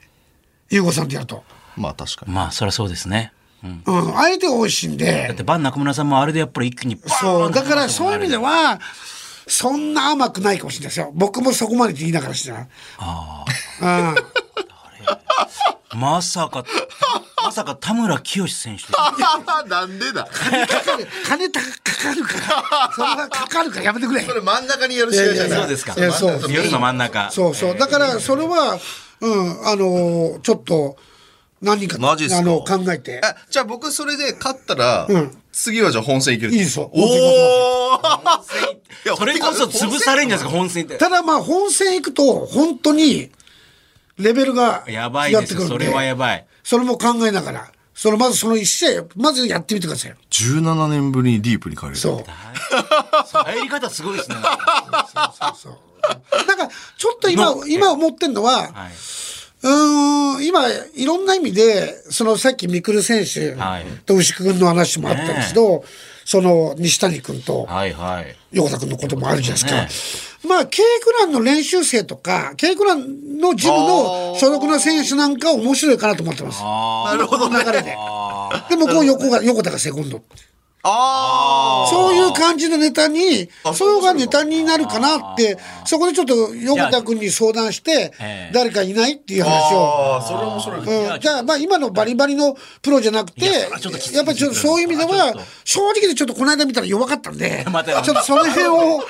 S4: ゆうごさんとやると。
S2: まあ確かに。 [LAUGHS]
S3: まあそりゃそうですねうん
S4: うん、相手が美味しいん
S3: だっ
S4: で。
S3: てバン中村さんもあれでやっぱり一気にパー
S4: そ
S3: ン
S4: う。だからそういう意味では、そんな甘くないかもしれないですよ。僕もそこまでって言いながらし
S3: [LAUGHS]
S4: てな。ああ。
S3: まさかまさか田村清選手と
S2: なんでだ
S4: かかる金たかかるから。それはかかるからやめてくれ。
S2: それ真ん中にやる試合じゃ
S4: いやい
S2: な
S4: や
S2: い
S4: そうですか
S2: 真ん中
S4: いやそう
S3: 夜の真ん中
S4: そうそう。だから、それは、うん、あのーちょっと、何人か、
S2: マジっすか
S4: あの、考えて。
S2: あじゃあ僕それで勝ったら
S4: うん、
S2: 次はじゃあ本戦いける
S4: いいですよ
S2: おお
S3: それこそ潰されんじゃないですか本戦って
S4: ただまあ、本戦行くと、本当に、レベルが違
S3: やばい
S4: っ
S3: で
S4: て
S3: す
S4: くる
S3: よ
S4: んで、
S3: それはやばい
S4: それも考えながら、その、まずその一試合、まずやってみてくださいよ。
S2: 17年ぶりにディープに帰れる。
S4: そう。
S3: 入り方すごいですね
S4: そう。なんか、ちょっと今
S3: の、
S4: 今思ってんのは、
S3: はいう
S4: ーん、今、いろんな意味で、そのさっき、みくる選手
S3: はい
S4: と牛久君の話もあったんですけど、その西谷君と
S3: はいはい。
S4: 横田君のこともあるじゃない
S3: ね
S4: ですか。まあ、K クランの練習生とか、K クランのジムの所属の選手なんかは面白いかなと思ってます。
S3: あ
S4: なるほど、流れで。でもこう横が、横田がセコンドって。
S2: あ
S4: そういう感じのネタに、そうがネタになるかなって、そこでちょっと横田君に相談して
S3: ええ、
S4: 誰かいないっていう話を。
S2: あ、それは面白い。
S4: うん、じゃあ、まあ今のバリバリのプロじゃなくて、
S3: い
S4: や
S3: やそれはちょっときつい
S4: っぱりちょっとそういう意味で
S3: ちょっと
S4: は、正直でちょっとこの間見たら弱かった
S3: [LAUGHS]
S4: んで、
S3: またやろう
S4: ちょっとその辺を考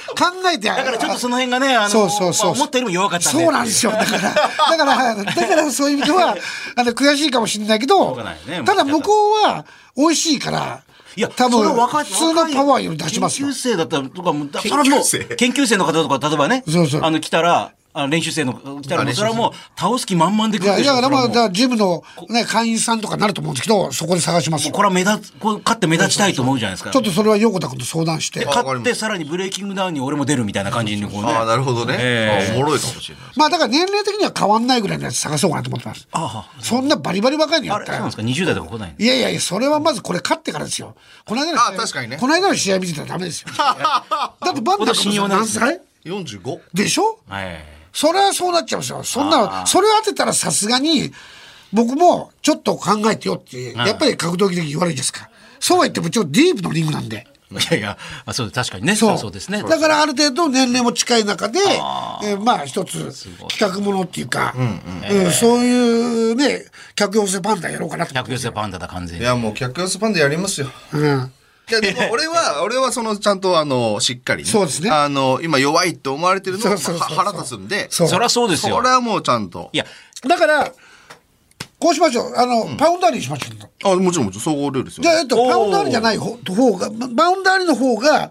S4: えて、だ
S3: だからちょっとその辺がね、あの、
S4: そうそうそう
S3: まあ思ったよりも弱かったんで。
S4: そうなんですよ。だから、だから、だからそういう意味
S3: [LAUGHS]
S4: では、あの、悔しいかもしれないけど、
S3: うがないね
S4: ただ向こうは美味しいから、
S3: いや、
S4: 多
S3: それ
S4: 分、
S3: 若い
S4: 普通のパワーより出しますよ
S3: 研究。生だったらとかも、だ
S2: 研
S3: それはもう
S2: 究生
S3: 研究生の方とか、例えばね、
S4: そうそう
S3: あの、来たら、あの練習生の来たらもう、
S2: あ
S3: それはもう、倒す気満々で来
S4: い
S3: る
S4: や、
S3: で
S4: い
S3: しょ。
S4: や、だ
S3: それ
S4: か
S3: は
S4: ら、
S3: もう
S4: じゃあジムの、ね、会員さんとかなると思うんですけど、そこで探しますよ。
S3: これは目立つ、こう勝って目立ちたいと思うじゃないですか。
S4: ちょっとそれは横田君と相談して。
S2: あわか
S3: 勝
S2: りま
S3: って、
S2: す
S3: さらにブレイキングダウンに俺も出るみたいな感じに、こうね。
S2: ああ、なるほどね。
S3: え
S2: あ
S3: え
S2: おもろいかもしれない。
S4: まあだから年齢的には変わんないぐらいのやつ探そうかなと思ってます。
S3: あ
S4: そんなバリバリ若いのや
S3: あ
S4: っ
S3: れ、
S4: た
S3: そう
S4: ら
S3: なんですか ?20 代とか来ないの
S4: いやいやいや、それはまずこれ勝ってからですよ。この間の試合
S2: あ確かにね
S4: この間の試合見てたらダ
S3: [LAUGHS]
S4: メですよ。だってバンダ
S3: 信用
S4: 君
S3: ないで
S4: 何
S3: す
S4: 歳
S2: 45。
S4: でしょ
S3: はい。
S4: それはそうなっちゃいますよ。そんなの、それを当てたらさすがに、僕もちょっと考えてよって、やっぱり格闘技的に悪いですか。そうは言ってもちろんディープのリングなんで。
S3: いやいや、あそう確かにね。そ
S4: そうう
S3: そうですね。
S4: だからある程度年齢も近い中で、えーまあ一つ企画ものっていうか、うんそういうね、客寄せパンダやろうかなと思って
S3: 百寄せパンダだ完全
S2: い
S3: に。
S2: や、もう客寄せパンでやります
S4: [LAUGHS]
S2: よ。
S4: うん
S2: いやでも俺は、俺はその、ちゃんと、あの、しっかり、ね。
S4: そうですね
S2: あの、今弱いって思われてるの
S4: そ
S2: が
S4: うそうそうそう
S2: は腹立つんで、
S4: そう
S3: そりゃそうですよ
S2: それ。はもうちゃんと
S3: い。や、
S4: だから、こうしましょう。あの、パウンダーにしましょう。
S2: あ、もちろん、もちろん、総合ルールですよ
S4: じゃあ、えっと、
S3: おー
S4: パウンダーにじゃない方方が、まパウンダーにの方が、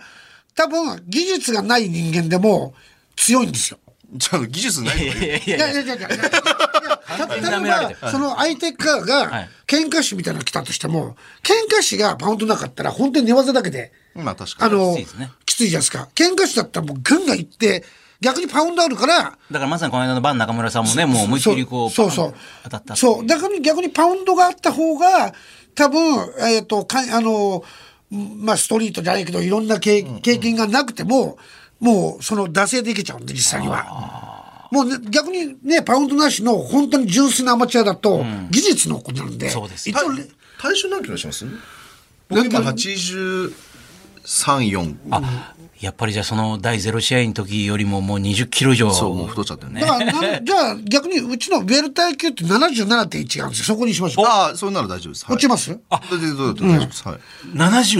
S4: 多分、技術がない人間でも強いんですよ。
S2: ちゃんと技術ないの
S3: い
S2: がい
S3: や
S2: い
S3: いやい
S4: い
S3: や
S4: や
S3: いや。
S4: いやいやいや。例
S3: に舐められて
S4: え
S3: る
S4: ば、その相手側
S3: は
S4: が
S3: い、
S4: 喧嘩師みたいなの来たとしても、喧嘩師がパウンドなかったら、本当に寝技だけで、
S2: まあ確か
S4: あ
S2: に。
S4: の
S3: きついですね、
S4: きついじゃないですか。喧嘩師だったらもうガンガン行って、逆にパウンドあるから、
S3: だからまさにこの間のバン中村さんもね、もう思いっきりこう、
S4: そうそう
S3: パン当たったってい
S4: そうだから逆にパウンドがあった方が多分えっ、とかあのまあストリートじゃないけどいろんな経経験がなくても、もうその惰性でいけちゃうんで実際には。もうね、逆にねパウンドなしの本当に純粋なアマチュアだと、技術の子なんで
S3: そうです
S4: 一
S2: た
S4: 応ね
S2: 体重何キロします僕今83、4。
S3: あ、やっぱりじゃあその第0試合の時よりももう20キロ以上。
S2: そう、もう太っちゃってる
S4: だ
S2: ね。
S4: からなんじゃあ逆にうちのウェルター級って77.1があるんですよそこにしましょう
S2: ああ、それなら大丈夫です。。
S4: 落ちますす
S2: あ、全然どうだって大丈夫です。はい。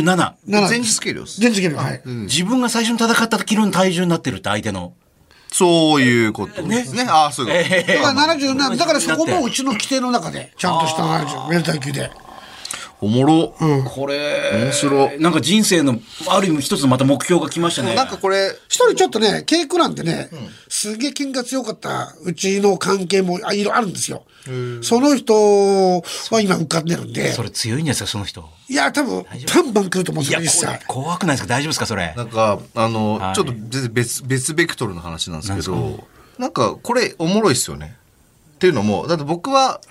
S3: 77。
S4: 7
S2: 前日計量です。
S4: 全然いけるはい、
S3: 自分が最初に戦った時の体重になってるって相手の。
S2: そういうことですね。ああ、そういうこと。
S4: だから77だからそこもうちの規定の中でちゃんとした70ウェルター級で
S2: おもろ。
S3: これ、
S2: 面白。
S3: なんか人生の、ある意味一つまた目標が来ましたね。
S2: なんかこれ、
S4: 一人ちょっとねケイクランでね、すげえ喧嘩強かったうちの関係もあいろいろあるんですよその人は今浮かんでるんで
S3: それ強いんじゃないですか、その人。
S4: いや多分バンバン来ると思うんですよ実際
S3: こ怖くないですか大丈夫ですかそれ。
S2: なんか、あの、
S3: はい
S2: ちょっと全然別、別ベクトルの話なんですけど、なんか、これ、おもろいっすよね。っていうのも、だって僕は、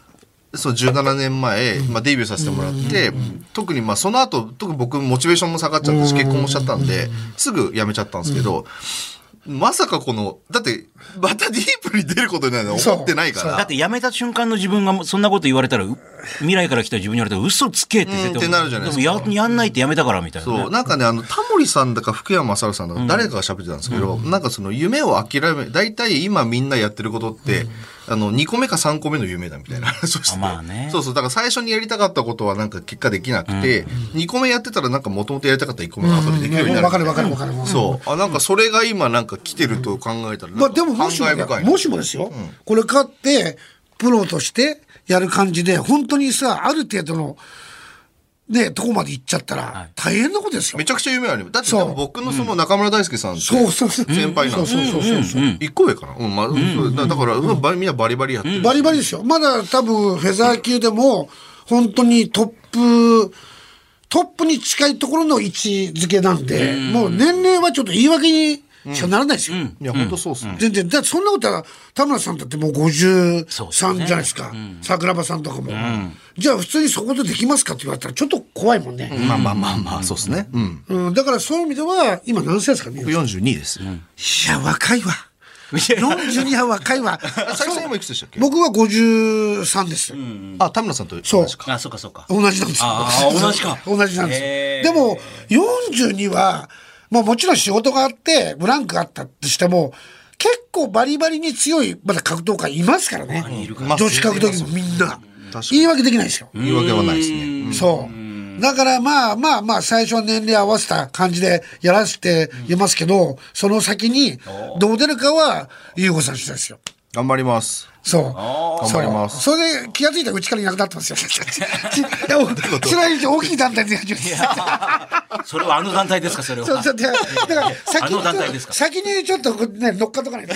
S2: そう、17年前、まあ、デビューさせてもらって、特に、まあ、その後、特に僕、モチベーションも下がっちゃったし、結婚もしちゃったんで、すぐ辞めちゃったんですけど、まさかこの、だって、またディープに出ることになるの思ってないか
S3: だっ
S2: ら、
S3: て辞めた瞬間の自分がもうそんなこと言われたら、う未来から来た自分に言われたら嘘つけって絶対思
S2: うんってなるじゃないですか
S3: もややんないって辞めたからみたいなね、
S2: そう、なんかね、あの、タモリさんだか福山雅治さんだか誰かが喋ってたんですけど、なんかその夢を諦め、大体今みんなやってることって、あの、2個目か3個目の夢だみたいな話をしてて、
S3: まあね
S2: [LAUGHS] そうそう、だから最初にやりたかったことはなんか結果できなくて、2個目やってたらなんかもともとやりたかった1個目が後でできるようになる。
S4: わかるわかるわかるわかる
S2: そう。あ、なんかそれが今なんか来てると考えたら、
S4: まあでももしも
S2: 感
S4: ね
S2: 慨深いな
S4: もしもですよ、これ勝ってプロとしてやる感じで本当にさある程度のねとこまで行っちゃったら大変なことですよ、
S2: めちゃくちゃ夢あるよ。だって
S4: そう
S2: でも僕のその中村大輔さんって、
S4: そうそうそう
S2: 先輩なんですよ
S4: そうそうそうそう
S2: 一個上かな。うん、まあ、そうだだから、うんばみんなバリバリやってる。
S4: バリバリですよ。まだ多分、フェザー級でも、本当にトップ、トップに近いところの位置づけなんで、もう年齢はちょっと言い訳にしかならないですよ。
S2: いや、本当そうっすね。
S4: 全然だってそんなことは田村さんだってもう53
S3: そうで
S4: じ
S3: す
S4: ゃ
S3: ね
S4: ないですか桜庭さんとかも、じゃあ普通にそことできますかって言われたらちょっと怖いもんね、
S2: まあまあまあまあ、そうっすね。うん。
S4: うんだからそういう意味では今何歳ですかねい
S2: 42です。
S4: や若いわ42は [LAUGHS] 若い [LAUGHS] わ
S2: 最初今いくつでしたっけ
S4: 僕は53です、
S2: あ、田村さんと
S4: そう
S2: 同じか。
S3: あ、そうかそうか。
S4: 同じなんですよ
S3: あー同じか
S4: [LAUGHS] 同じなん
S3: へ
S4: で
S3: ー
S4: すよでも42はもうもちろん仕事があってブランクがあったとしても結構バリバリに強いまだ格闘家いますからね
S2: まあ
S4: 女子格闘技もみんな
S2: かに
S4: 言い訳できないですよ
S2: 言い訳はないですね。
S4: そうだからまあまあまあ最初は年齢合わせた感じでやらせていますけどその先にどう出るかは優子さん次第ですよ
S2: 頑張ります。
S4: そう。
S2: 頑張ります
S4: そうそれで気がついたらうちからいなくなってますよ。いや、それは大きい団体でやってます。
S3: それはあの団体ですか、それ
S4: そう
S3: は。
S4: そうだから
S3: あ
S4: 先
S3: の団体ですか
S4: に先にちょっとね乗っかっとかないと。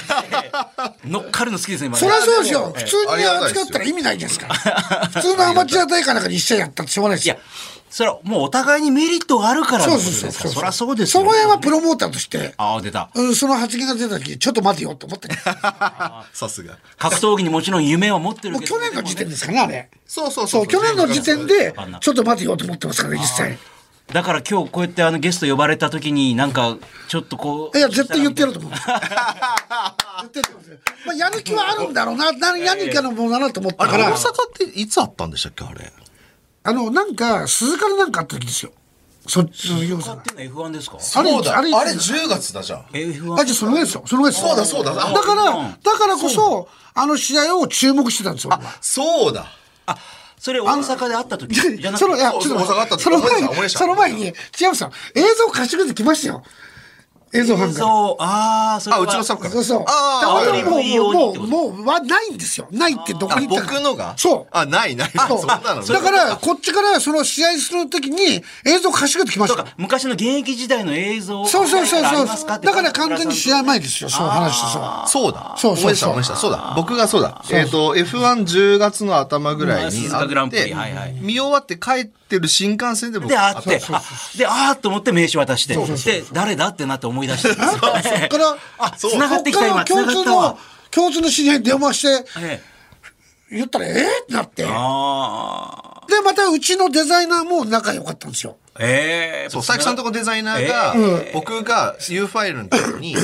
S3: 乗っかるの好きですね、今ね
S4: そりゃそうですよ。普通
S2: あり
S4: に
S2: がたいです
S4: 扱
S2: よ
S4: ったら意味ないじゃないですか。普通のアマチュア大会なんかに一社やったってしょうがないで
S3: い
S4: すよ
S3: や。、それはもうお互いにメリットがあるから
S4: そ
S3: の
S4: う
S3: こ
S4: そ
S3: と
S4: う
S3: です
S4: そ
S3: か
S4: うそう。
S3: そりゃそうです
S4: そ
S3: よ
S4: の辺はプロモーターとして、
S3: ああ、出た。
S4: うんその発言が出た時、ちょっと待てよと
S3: [LAUGHS]
S4: 思って。
S2: さすが。
S3: 格闘技にもちろん夢は持ってる
S4: もう
S3: けど。
S4: 去年の時点ですかね、あれ。
S2: そうそう
S4: そう、去年の時点で
S3: んな、
S4: ちょっと待てよと思ってますからね、実際。
S3: だから今日こうやってあのゲスト呼ばれた時になんかちょっとこう。
S4: いや、絶対言ってやると思う。絶対言ってますよまあ、やる気はあるんだろうな、な何かのものだなと思った
S2: あ
S4: か
S2: れ、大
S4: ら、
S2: 阪っていつあったんでしたっけ、あれ。
S4: あの、なんか、鈴鹿でなんかあった時ですよ。そっちの要
S3: 勝
S4: 素が。
S3: 手な F1 ですか
S4: あれあれ
S2: 10月だじゃん。
S4: あ、
S3: ?F1。
S4: じゃあその上ですよ。その上ですよ。
S2: そうだそうだ
S4: だから、だからこそ、あの試合を注目してたんですよ。俺は
S2: そうだ。
S3: あ、それ大阪で会った時じゃなく
S4: その、い
S3: て。
S4: や、ちょっと待
S2: 大阪あったっ
S4: っ、
S2: てて
S4: その前
S2: 思い出
S4: に、
S2: した
S4: その前に、違うさん、映像貸してくれてきましたよ。映像班から。
S3: そう、ああ、それ
S2: あ、
S3: は
S2: うちのサブから。
S4: そうそう。
S2: あー
S4: だからもう、
S3: RV 用に
S4: も
S3: って
S4: う、
S3: こと
S4: もう、もうはないんですよ。ないってどこ
S2: あ
S4: に行ったか
S2: 僕のが
S4: そう。
S2: あ、ないない。そ
S4: そう
S2: うなのね
S4: だから、こっちからその試合するときに映像貸し上げてきまし
S3: そう
S4: た
S3: か。昔の現役時代の映像を
S4: そうそうそう
S3: あ
S4: そ
S3: り
S4: う。
S3: ますって
S4: だから完全に試合前ですよ、そう話してさ。
S2: そうだ。
S4: そうそうそう
S2: 思い出した思い出した。そうだ。僕がそうだ。えっと、F110 月の頭ぐらいに
S3: うん鈴鹿グラ
S2: あ
S3: ン
S2: っ
S3: プリ
S2: て
S3: はいはい、
S2: 見終わって帰ってる新幹線で僕
S3: で、あって、
S2: そう
S3: あ、で、あーっと思って名刺渡して、で、誰だってなって思い出して。
S4: そっから、
S3: あ、
S4: そっ
S3: 繋がってきた今、
S4: から
S3: 繋が
S4: 共
S3: っ
S4: 通
S3: たわ
S4: の。、共通の知り合いに電話して、
S3: [LAUGHS] ええ
S4: 言ったら、えーってなって。で、
S3: ああ。
S4: またうちのデザイナーも仲良かったんですよ。
S3: ええ
S2: そう、佐伯さんとこデザイナーが、僕が U ファイルの時に、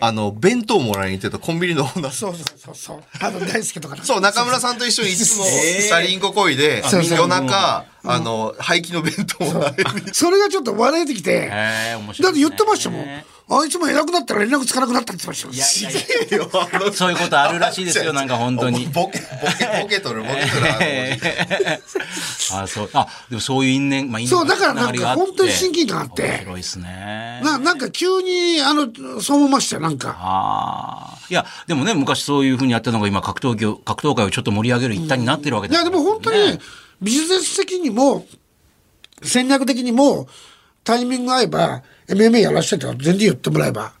S2: あの、弁当もらいに行ってたコンビニのオーナーさん
S4: そうそうそうそう。あの、大輔とかね
S2: そう、中村さんと一緒にいつも、サリンコこいで、
S4: そうそう
S2: 夜中、あの、廃棄の弁当もらいに。
S4: それがちょっと笑えてきて。
S3: ええ面白
S4: だ
S3: い
S4: って
S3: です
S4: 言っ
S3: ね
S4: てましたもん。あいつも偉くなったら連絡つかなくなったって言ってましたよ。
S3: そういうことあるらしい
S4: [LAUGHS]
S3: ですよ、なんか本当に。
S2: ボケ、ボケ、ボケとる、ボケとる。
S3: あそう、あ、でもそういう因縁、まあ、因縁
S4: そう、だからなん
S3: つがあ
S4: か
S3: って
S4: 本当に親近感あっ
S3: 面
S4: て。
S3: 白いですね。
S4: ななんか急に、あの、そう思いましたよ、なんか。
S3: ああ。いや、でもね、昔そういうふうにやってたのが今、格闘技を、格闘界をちょっと盛り上げる一端になってるわけ
S4: いや、でも本当に、ビジネス的にも、戦略的にも、タイミング合えば、MMA やらせてたら全然言ってもらえば。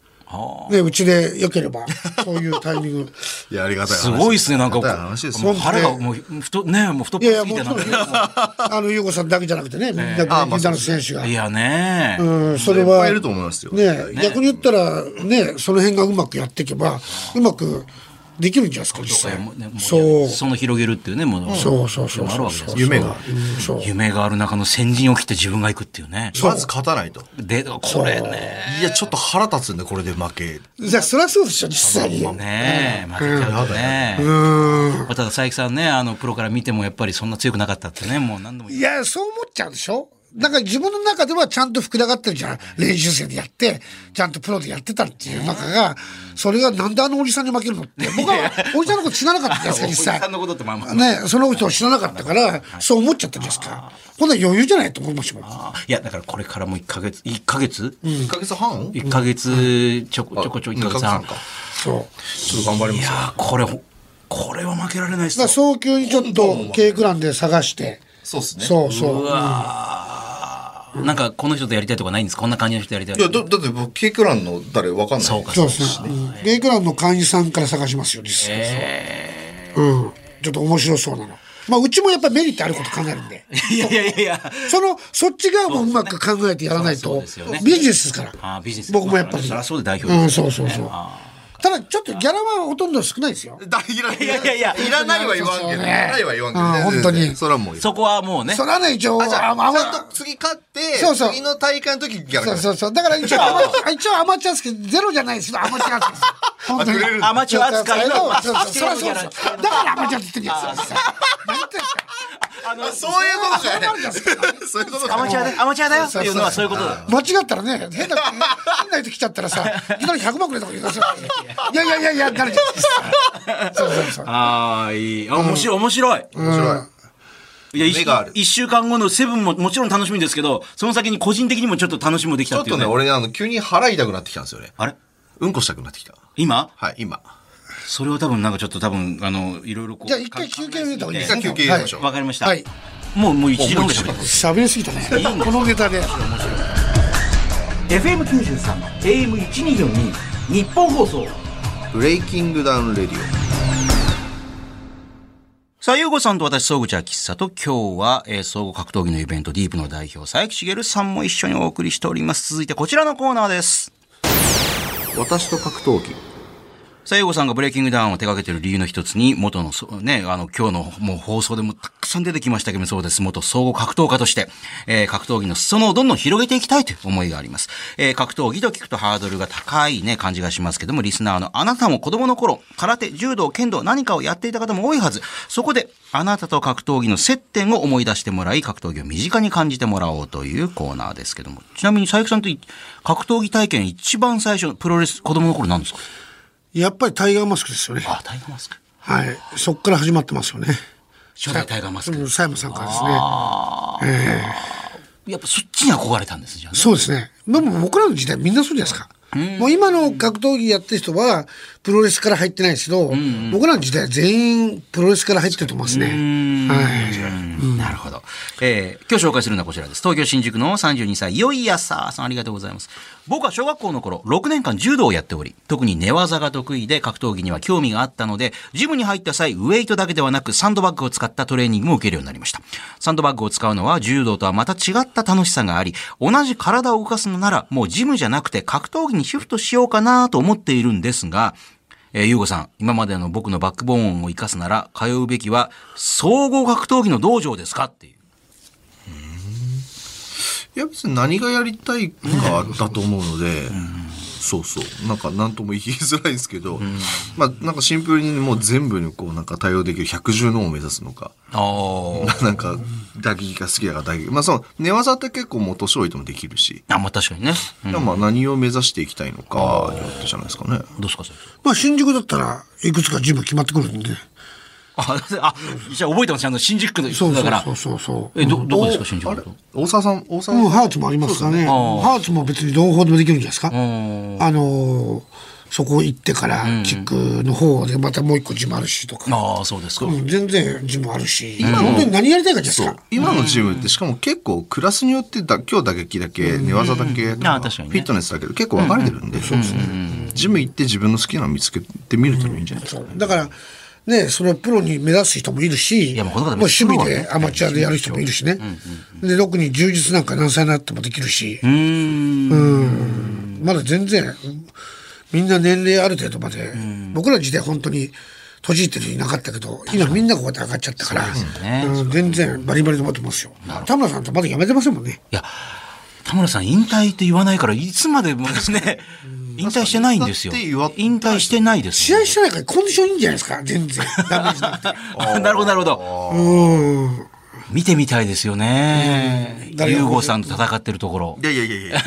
S4: ね、うちで良ければ、そういうタイミ
S3: [LAUGHS]
S4: ング。
S2: いや、ありがたい話。
S3: すごいですね、なんか、
S2: ありがたい話ですよ
S3: もう腹がもう、太、ね、もう太っ
S4: い
S3: ぽ
S4: や
S3: す
S4: いや、
S3: ぎ
S4: も
S3: て
S4: ち
S3: な
S4: ろ
S3: ん
S4: ん、
S3: か
S4: ね、あの、優子さんだけじゃなくてね、みんな、ブレイキンダンス選手が
S3: い。やね
S4: う。ん、それは。
S2: いっぱいいると思いますよ
S4: ね逆に言ったら、ね、その辺がうまくやっていけば、うまくできるんじゃないですか、実際
S3: もうね。もう
S4: そう。
S3: その広げるっていうね、もう、
S4: そうそうそうそう。
S3: あるわけですよ
S2: 夢が。
S4: うんそう。
S3: 夢がある中の先陣を切って自分が行くっていうね。
S2: まず勝たないと。
S3: で、これね。
S2: いや、ちょっと腹立つんで、これで負け。
S4: じゃあ、そりゃそうでしょ、実際に。
S3: ねえ、負けちゃうとね。まあただ佐伯さんね、あの、プロから見てもやっぱりそんな強くなかったってね、もう何度も言っ
S4: いや、そう思っちゃうでしょだから自分の中ではちゃんと膨らがってるじゃん。練習生でやって、ちゃんとプロでやってたっていう中が、それがなんであのおじさんに負けるのって、僕はおじさんのこと知らなかったじゃないで
S3: [LAUGHS]
S4: す
S3: て。佐
S4: か、実際
S3: 伯さ。んのことってまあまあ。
S4: ね、その人を知らなかったから、そう思っちゃったじゃないですか。こんな余裕じゃないと思いましたもん。
S3: いや、だからこれからもう1ヶ月、1ヶ月
S2: 1ヶ月半
S3: ?1 ヶ月ちょこちょこちょこ1ヶ月半
S2: か。。
S4: そう。
S2: ちょっと頑張り
S3: い
S2: ます。
S3: やー、これ、これは負けられないっす
S4: だ
S3: よ
S4: から。早急にちょっと軽クランで探して。
S2: そうですね。
S4: そうそう。
S3: なんかこの人とやりたいとかないんですかこんな感じの人とやりたい
S2: いや、だだって僕、ケイクランの誰わかんない。
S3: そうか
S4: そうですね。うん軽クランの会員さんから探しますよ、実際。うん。ちょっと面白そうなの。まあ、うちもやっぱりメリットあること考えるんで。
S3: いやいやいやいや。
S4: その、そっち側もうまく考えてやらない
S3: そう
S4: と
S3: ですよね、
S4: ビジネスですから。
S3: あービジネス
S4: 僕もやっぱり。
S3: まあそりゃそうで代表
S4: うん、
S3: です
S4: そうそうそう。ただ、ちょっとギャラはほとんど少ないですよ。
S2: だいら
S3: いやいやいや
S2: いらないは言わんけど、い
S4: そうね
S2: らないは言わんけど、
S4: う
S2: 全然
S4: ん本当に
S2: 全然それはもういい。
S3: そこはもうね。
S4: それはね、一応、
S2: あ、じゃあ、
S4: あまあ
S2: ちゃんと次勝って、
S4: そうそう
S2: 次の大会の時ギャラ
S4: そう
S2: が
S4: そうそう。だから一応アマ、一応アマチュアですけど、ゼロじゃないですけど、アマチュアです。
S3: [LAUGHS]
S4: 本当に
S2: あくれるんだ
S3: アマチュア扱いの
S4: そうそうそうそ
S3: ア
S4: う
S3: マ
S4: そう
S3: チュアのギャラ
S4: そうだからアマチュアって言ってるやつ。何言ってんすか
S3: あの、
S2: そういうことじゃない。そういうことじ
S3: ア
S2: ゃ
S3: マチュア
S2: ない。
S3: だ、アマチュアだよっていうのはそういうことだ。
S4: 間違ったらね、変な、変な人来ちゃったら
S3: [LAUGHS]
S4: さ、いきなり100万くれとか言うからさいやいやいやいや、誰じ
S3: [LAUGHS]
S4: ゃん。そうそうそう。
S3: ああ、いい。あ、面白い、面白い。
S2: 面白い。
S3: いや、
S2: 目がある
S3: 一一週間後のセブンももちろん楽しみですけど、その先に個人的にもちょっと楽しみもでき
S2: ち
S3: た
S2: ょ
S3: っ
S2: って
S3: い
S2: と
S3: う
S2: ね、
S3: ね。
S2: 俺ね、あの、急に腹痛くなってきたんですよね。
S3: あれ
S2: うんこしたくなってきた。
S3: 今
S2: はい、今。
S3: それを多分なんかちょっと多分、あの、いろいろこう。
S4: じゃあ一回休憩入れた方がいい
S2: 一
S4: です
S2: 回
S4: ね。
S2: 休憩入れましょう。
S3: わかりました。
S4: はい
S3: もう、もう一時間ぐらい喋って
S4: 喋りすぎたね。このネタで。
S1: FM93 AM1242 日本放送
S2: ブレイキングダウンレディオ。
S3: さあ、ゆうごさんと私、総口秋さと、今日は、えー総合格闘技のイベント、ディープの代表、佐伯茂さんも一緒にお送りしております。続いて、こちらのコーナーです。
S2: 私と格闘技。
S3: さあ、ゆうごさんがブレイキングダウンを手掛けている理由の一つに、元のそ、ね、あの、今日のもう放送でもたくさん出てきましたけども、そうです。元総合格闘家として、えー格闘技の裾野をどんどん広げていきたいという思いがあります。えー格闘技と聞くとハードルが高いね、感じがしますけども、リスナーのあなたも子供の頃、空手、柔道、剣道、何かをやっていた方も多いはず。そこで、あなたと格闘技の接点を思い出してもらい、格闘技を身近に感じてもらおうというコーナーですけども。ちなみに、佐伯さんとい格闘技体験一番最初、プロレス、子供の頃なんですか
S4: やっぱりタイガーマスクですよね。
S3: あ、タイガーマスク。
S4: はい。そっから始まってますよね。
S3: 初代タイガーマス
S4: う
S3: ク。
S4: ん佐山さんからですね。
S3: やっぱそっちに憧れたんですじゃあね。
S4: そうですね。でも僕らの時代みんなそうじゃないですか。もう今の格闘技やってる人はプロレスから入ってないですけど、僕らの時代全員プロレスから入ってると思いますね。はい。
S3: うんなるほど。えー今日紹介するのはこちらです。東京新宿の32歳、よいやさーさん、ありがとうございます。僕は小学校の頃、6年間柔道をやっており、特に寝技が得意で格闘技には興味があったので、ジムに入った際、ウェイトだけではなく、サンドバッグを使ったトレーニングも受けるようになりました。サンドバッグを使うのは、柔道とはまた違った楽しさがあり、同じ体を動かすのなら、もうジムじゃなくて格闘技にシフトしようかなと思っているんですが、えー、ゆうごさん、今までの僕のバックボーンを生かすなら、通うべきは、総合格闘技の道場ですかっていう。
S2: いや、別に何がやりたいかだと思うので、そうそう。なんか何とも言いづらいですけど、まあなんかシンプルにもう全部にこうなんか対応できる百獣の王を目指すのか。
S3: ああ。
S2: なんか、打撃が好きだから打撃。まあその、寝技って結構もう年老いてもできるし。
S3: あ、まあ確かにね。うん
S2: まあ何を目指していきたいのか、によってじゃないですかね。
S3: どうですか、それ。
S4: まあ新宿だったらいくつかジム決まってくるんで。
S3: あ、あ、じゃあ覚えてますあの、新宿区の人だから。
S4: そうそうそうそう。
S3: え、ど、どこですか、新宿
S2: あ
S3: 区
S2: れ
S3: だと。
S2: 大沢さん、大
S4: うん、
S2: 沢さん。
S4: ハーツもありますからね。
S3: ああ
S4: ハーツも別にどう方でもできるんじゃないですか。
S3: ん
S4: あのーそこ行ってから、キックの方でまたもう一個ジムあるしとか。
S3: ああ、そうですか。
S4: うん、全然ジムあるし。本当に何やりたいかじゃないですか。
S2: 今のジムってしかも結構クラスによってだ今日打撃だけ寝技だけと
S3: あ
S2: かフ
S3: 確かに
S2: ィ
S3: ね
S2: ットネスだけど結構分かれてるんでジム行って自分の好きなの見つけてみるといいんじゃないですか
S4: そうだから、ね、そのプロに目指す人もいるし、
S3: やもうこの方
S4: もう趣味
S3: プロは
S4: で
S3: ね
S4: アマチュアでやる人もいるしね。で、特に充実なんか何歳になってもできるし、
S3: うーん。
S4: まだ全然、みんな年齢ある程度まで、僕らの時代本当に閉じてる人いなかったけど、今みんなこうやって上がっちゃったから、
S3: ね
S4: うん全然バリバリで持ってますよ。田村さんってまだ辞めてませんもんね。
S3: いや、田村さん、引退って言わないから、いつまでもですね、引退してないんですよ。
S2: 引退って言わない
S3: 引退してないです
S4: 試
S3: よ。
S4: 合してないからコンディションいいんじゃないですか、全然。ダメージなくて。
S3: あなるほど、なるほど。見てみたいですよね。
S4: 誰が
S3: ゆうごさんと戦ってるところ。
S2: いやいやいやいや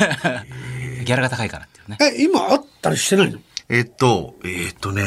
S3: ギャラが高いからっていうね。
S4: え、今あったりしてないの
S2: えっとえーっとね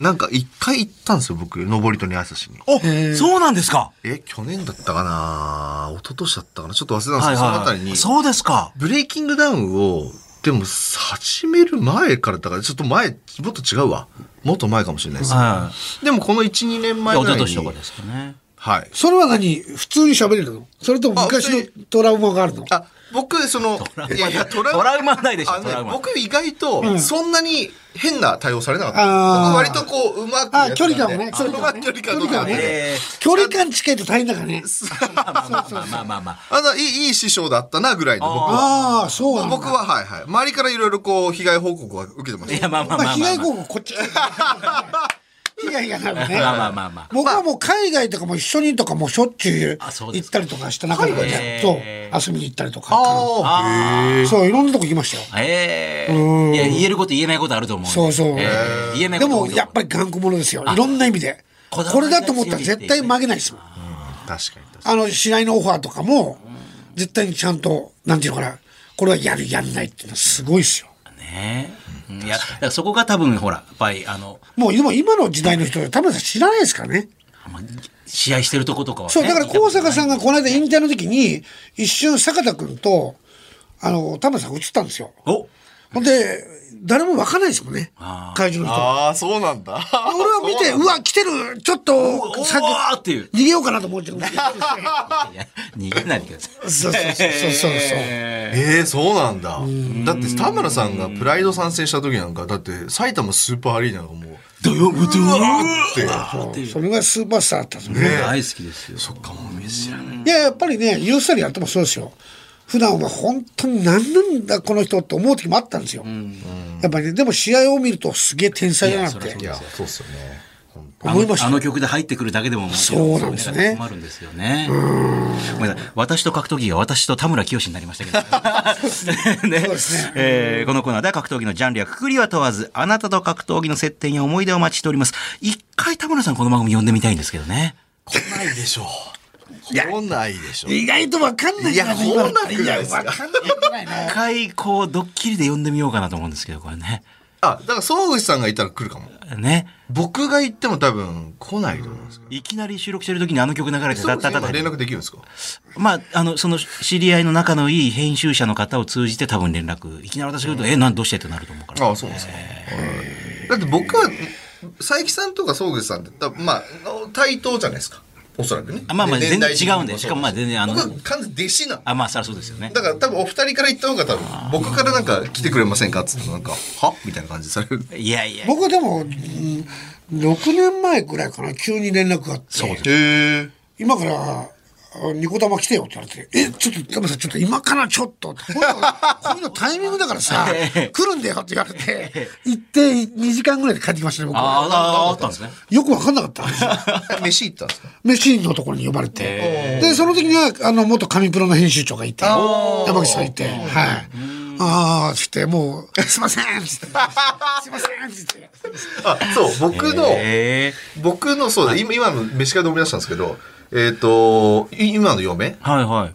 S2: なんか一回行ったんですよ僕登戸に挨拶しに
S3: お、そうなんですか。
S2: え去年だったかな一昨年だったかなちょっと忘れたんですけど
S3: はい
S2: そのあた
S3: は
S2: り
S3: い。
S2: に
S3: そうですか。
S2: ブレイキングダウンを、でも、始める前から、だから、ちょっと前、もっと違うわ。もっと前かもしれないです。
S3: は
S2: でも、この1、2年
S3: い。
S2: 前
S3: お
S2: ぐらい
S3: とと
S2: に
S3: しとかですかね。
S2: はい
S4: それは何普通に喋れるのそれとも昔
S2: あ
S4: の
S2: 普通
S4: トラウマがあるの
S2: あ僕そのいやいやトラ
S3: トラウマないでしょ
S2: あのね
S3: トラウマ
S2: 僕意外とそんなに変な対応されなかった、
S4: あー
S2: 僕割とこううまく
S4: あ
S2: やってた
S4: 距
S2: んで
S4: 離感をね
S2: そううまく距離感と
S4: 距離
S2: か
S4: 感をね
S2: ね
S3: え
S4: 距離感近いと大変だからね
S3: ー、まあまあまあまあまあまあ。
S2: あのいいいい師匠だったなぐらいで僕は
S4: ああそうなんだ
S2: 僕ははいはい周りからいろいろこう被害報告は受けてま
S3: い
S2: し
S3: や、
S2: た
S3: まあまあまあ
S4: まあ
S3: まあ。
S4: 被害広告こっち [LAUGHS] 被害がなるね
S3: まあまあまあまあ。
S4: 僕はもう海外とかも一緒にとかもしょっちゅう
S3: あそうで
S4: 行っ
S3: す
S4: たりとかした中で
S3: へー
S4: そう遊びに行ったりとか
S3: あ
S4: そういろんなとこ行きましたよ
S3: ええ
S4: うん
S3: いや、言えること言えないことあると思う。
S4: そうそう
S3: ええ言えない
S4: で
S3: こと多
S4: も
S3: いと思う
S4: やっぱり頑固者ですよいろんな意味で
S3: こだわ
S4: こ
S3: り
S4: れ
S3: が強い
S4: だと思ったら絶対曲げないですもん
S2: 確かに
S4: あの試合のオファーとかも絶対にちゃんとなんていうのかなこれはやるやんないっていうのはすごいですよ
S3: ねえ。うんいや、だからそこが多分、ほら、やっぱり、あの、
S4: もうでも今の時代の人は田村さん知らないですからね
S3: まあ試合してるとことかは、ね。
S4: そう、だから高坂さんがこの間引退の時に、一瞬坂田君と、あの、田村さんが映ったんですよ。
S3: お
S4: ほんで、誰もわかんないですもんね
S3: あ。ー
S4: 会場の人は。
S2: ああそうなんだ
S4: 俺は見て、うわ、来てるちょっと、
S3: お
S4: さ
S3: ー
S4: っ
S3: っていう。
S4: き、逃げようかなと思ってる。
S3: いや、逃げないでください。
S4: そうそうそうそうそう。
S2: ええそうなんだだって田村さんがプライド参戦した時なんかだって埼玉スーパーアリーナがもう
S3: どよぶどよ
S2: って
S4: そうそれがスーパースターだったんですね。
S3: 大好きですよ。そっか、もう知らない。
S4: いや、やっぱりね、ユースタリーやってもそうですよ。普段は本当に何なんだこの人って思う時もあったんですよ。やっぱりね、でも試合を見るとすげえ天才だなっ
S3: いやそりゃそう
S2: い
S4: て
S2: やそうっすよね本当
S4: 思いました
S3: あ
S4: よ
S3: の。曲で入ってくるだけでもも
S4: そうなんですね
S3: 困るんですよね。ごめんなさい私と格闘技が私と田村清になりましたけど。ねえーこのコーナーでは格闘技のジャンルやくくりは問わず、あなたと格闘技の接点や思い出をお待ちしております。一回田村さんこの番組呼んでみたいんですけどね。
S2: 来ないでしょ来ないでしょ
S4: 意外とわかんない
S2: いや
S4: こ
S2: 来なくないですか
S4: わかんないくない
S3: 一
S4: な。
S3: 回こう、ドッキリで呼んでみようかなと思うんですけど、これね。
S2: あだから総口さんがいたら来るかも
S3: ね。
S2: 僕が行っても多分来ないと思うんですけど
S3: いきなり収録してる時にあの曲流れて
S2: 総
S3: た
S2: 合
S3: た
S2: さん
S3: た
S2: 今
S3: た
S2: 連絡できるんですか
S3: まあ、あの、その知り合いの仲のいい編集者の方を通じて多分連絡。いきなり私が言うと、え、なん、どうしてってなると思うから。
S2: ああそうなんですか、はいだって僕は佐伯さんとか総口さんって多分まあ対等じゃないですかおそらくね
S3: あまあまあ
S2: で
S3: 全然
S2: 年代
S3: 違うん
S2: 的にも
S3: で
S2: そう
S3: しかもまあ全然あの
S2: 僕は完全に弟子なんで
S3: あ、まあ、そりゃそうですよね。
S2: だから多分お二人から言った方が多分僕からなんか来てくれませんかっつってもなんかはみたいな感じされる
S3: いやいや。
S4: 僕はでも、うん6年前ぐらいかな、急に連絡があって、
S2: へえ
S4: 今から、あニコ玉来てよって言われて、え、ちょっと、田村さん、ちょっと今からちょっとって、こういうのこういうのタイミングだか
S2: [LAUGHS]
S4: らさ、来るんだよって言われて、行って2時間ぐらいで帰ってきましたね、僕
S3: ああ
S4: は。
S3: あ、あったんですね。
S4: よくわかんなかったんですよ。
S2: 飯行ったんですか
S4: 飯のところに呼ばれて、でその時にはあの元上プロの編集長がいて山口さんいて「はい、ああ」っつって「もうすいません」っつって「すいません」っつって
S2: あそう僕の、
S3: ええ。
S2: 僕のそうだ今今の飯会で思い出したんですけどえっ、とい今の嫁
S3: はいはい。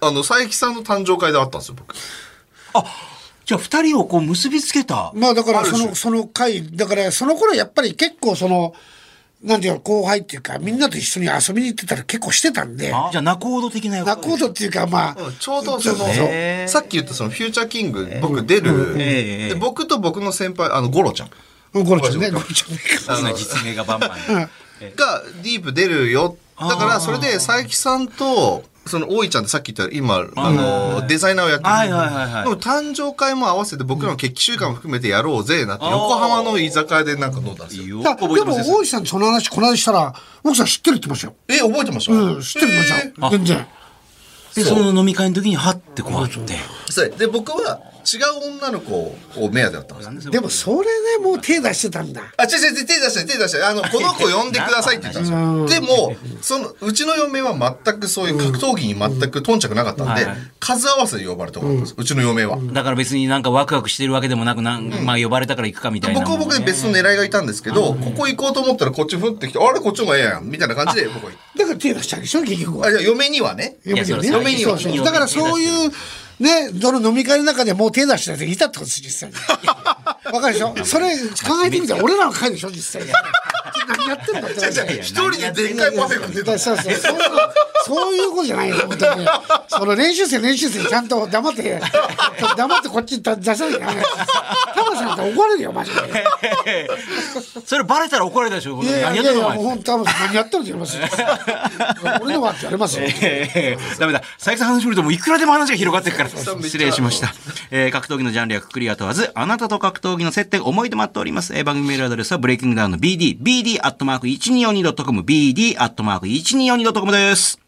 S2: あの佐伯さんの誕生会で会ったんですよ僕
S3: じゃあ、二人をこう結びつけた。
S4: まあだからそ
S2: ある
S4: の
S2: 種
S4: その回だからその頃やっぱり結構そのなんていうか後輩っていうかみんなと一緒に遊びに行ってたら結構してたんで
S3: あじゃあ、仲人的な役
S4: 仲人っていうかまあ、
S2: うんちょうどその、
S4: そう
S3: へー
S2: さっき言ったそのフューチャーキング、僕出る、
S3: え
S2: で、
S3: え
S2: 僕と僕の先輩、あの、ゴロちゃん
S4: うんゴロちゃんねゴロちゃんね
S3: 的な実名がバンバン。
S2: がディープ出るよ。だから、それで佐伯さんと、その、大井ちゃんってさっき言った今、あの、デザイナーをやってる。
S3: はいはいはいはい
S2: でも誕生会も合わせて僕らの決起週間も含めてやろうぜ、なって、横浜の居酒屋でなんか飲んだんですよ。
S3: よく
S4: だ
S3: 覚え
S4: で
S3: て
S4: も
S3: ます
S4: 大
S3: よ。
S4: 石さんとその話この間したら奥さん知ってるって言ってました
S2: え、
S4: よ。
S2: 覚えてました
S4: うん、知ってる
S2: え
S4: のじゃん。全然。
S3: で、その飲み会の時に、はってこうやって。
S2: ーそうで、僕は違う女の子を目当てだったんですよ。
S4: でもそれでもう手出してたんだ。
S2: あ、違う違う、手出して、手出して、 [LAUGHS] あの、この子呼んでくださいって言ったんですよ。でも、その、うちの嫁は全くそういう格闘技に全く頓着なかったんで、数合わせで呼ばれたことなんです、うちの嫁は。
S3: だから別になんかワクワクしてるわけでもなく、なんまあ、呼ばれたから行くかみたいな。
S2: 僕は僕で別の狙いがいたんですけど、ここ行こうと思ったらこっちふってきて、あれこっちの方がええやん、みたいな感じで僕は行っ
S4: だから手出したんでしょ結局
S2: た。
S4: は
S2: あ、。じゃあ嫁にはね。
S4: 嫁にはね。
S3: いやそれ
S4: そうそう
S3: 嫁には
S4: だからそういう、ね、どの飲み会の中でもう手出したやつがいたってことです、
S2: [LAUGHS]
S4: 実際に。わかるでしょそれ考えてみたら俺らの会でしょ実際に。何やってんだって。
S2: じゃあ一人ででっかいパフェ食って
S4: そう
S2: た。
S4: そうそう。そういうのそういうことじゃないよ、本当に。その練習生、練習生、ちゃんと黙って、黙ってこっちに出さなきゃダメです。タマさんって怒られるよ、マジで。
S3: [LAUGHS] それバレたら怒られたでしょ、こ
S4: い
S3: れ
S4: や
S3: 何
S4: い
S3: やって
S4: やいや
S3: ん
S4: い
S3: のお
S4: や、
S3: 前
S4: もう本当、タマさん何やってもやりま
S3: [LAUGHS]
S4: すよ。俺のはってやりますよ。
S3: えー [LAUGHS] ダメだ。佐伯さんの話振るともういくらでも話が広がっていくから。
S2: ゃ
S3: 失礼しました。えー格闘技のジャンルやくくりは問わず、あなたと格闘技の接点、思い出待っております。えー番組メールアドレスは、ブレイキングダウンの BD、bd.1242.com、bd.1242.com です。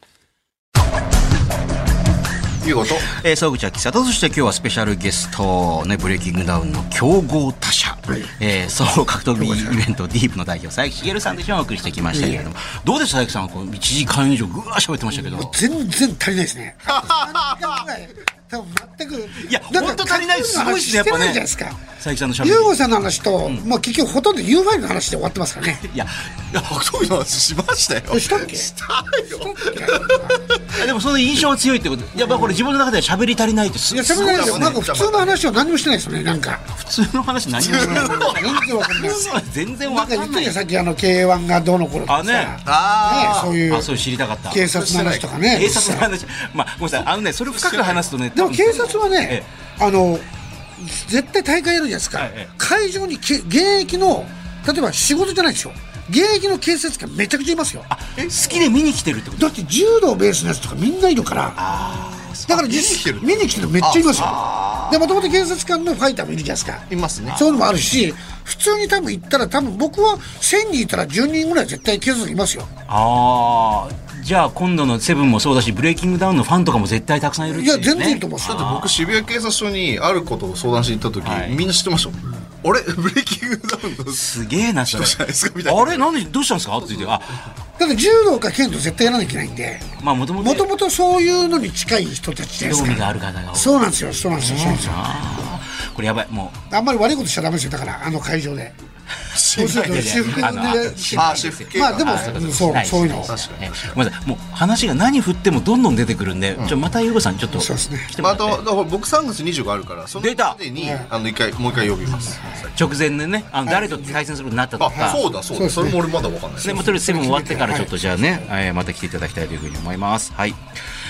S2: いうこと
S3: えー、総口は喫茶と、そして今日はスペシャルゲスト、ね、ブレイキングダウンの競合他社、えー、総合格闘技イベント、ディープの代表、佐伯茂さんでしょ、お送りしてきましたけれども、どうでした、佐伯さんはこう、1時間以上ぐわー喋ってましたけど。
S4: 全然足りないですね。3時間ぐらい多分全く。
S3: いや
S4: なんか
S3: 本当足りないすごいっすねやっぱね
S4: してないじゃないですか。
S3: 佐伯さんの喋り
S4: ユーゴさんの話と、もう結局ほとんど U ファイルの話で終わってますからね。
S3: いや、いや
S2: 格闘技の話しましたよ
S4: したっけ
S3: いやでもその印象は強いってことやっぱこれ自分の中では喋り足りないってす
S4: いや、しゃべらないですよ。なんか普通の話は何もしてないですよね、なんか。
S3: 普通の話何もしない
S4: 全然わかんない。
S3: 全然
S4: な
S3: わ
S4: んか
S3: か
S4: 言っ
S3: ん
S4: た
S3: ない
S4: じゃん、さっきあの K1 がどうの頃とかさ。
S3: あね
S4: ねそういう
S3: あそう知りたかった
S4: 警察の話とかね。
S3: 警察の話まあごめんなさいあのねそれ深く話すとね
S4: でも警察はね
S3: え、
S4: あの、絶対大会やるじゃないですか。
S3: はいええ
S4: 会場にけ現役の、例えば仕事じゃないですよ。現役の警察官めちゃくちゃいますよ。
S3: あ好きで見に来てるってこと
S4: だって柔道ベースのやつとかみんないるから。だから実際見に来てるめっちゃいますよ。で、もともと警察官のファイターもいるじゃないですか。
S2: いますね
S4: そういうのもあるし、普通に多分行ったら多分僕は1000人いたら10人ぐらい絶対警察いますよ。
S3: ああじゃあ今度の「セブンもそうだしブレイキングダウンのファンとかも絶対たくさんいるってい
S4: い
S3: う
S4: や、
S3: ね
S4: 全然いいと思うんですよ。
S2: 僕渋谷警察署にあることを相談しに行った時、
S3: はい
S2: みんな知ってましたもん俺ブレイキングダウンの
S3: すげえなそれ
S2: 人じゃないですかみたいな
S3: あれなんでどうしたんですかって言ってあ
S4: だって柔道か剣道絶対やらなきゃいけないんで、
S3: まあもとも
S4: もと
S3: と
S4: もとそういうのに近い人たちじゃない
S3: 興
S4: で
S3: 味
S4: す
S3: が
S4: か。
S3: ある方が多い
S4: そうなんですよ、そうなんですよ、そうなんですよ。
S3: あーこれやばいもう
S4: あんまり悪いことしちゃダメですよ、だから、あの会場で。そうすると、私服で
S3: あのあ私
S2: あシェフ系
S4: ま
S2: か
S4: あでも
S3: あそうかそうか
S4: そう
S3: ない
S4: そういうの
S3: ですねごめんなさいもう話が何振ってもどんどん出てくるんで、ちょまたゆうごさんちょっと
S4: そうですね
S3: 来ても
S2: まあ、
S3: ら
S2: あ
S3: って、
S2: とだから僕3月20があるからその
S3: 出
S2: ま
S3: た
S2: でにあの一回もう一回呼びます、
S3: 直前でねあの誰と対戦することになったとか、
S2: あそうだそうだそれも俺まだわかんないです
S3: ね、もうとりあえずセブン終わってからちょっとじゃあね、えーまた来ていただきたいというふうに思います。はい。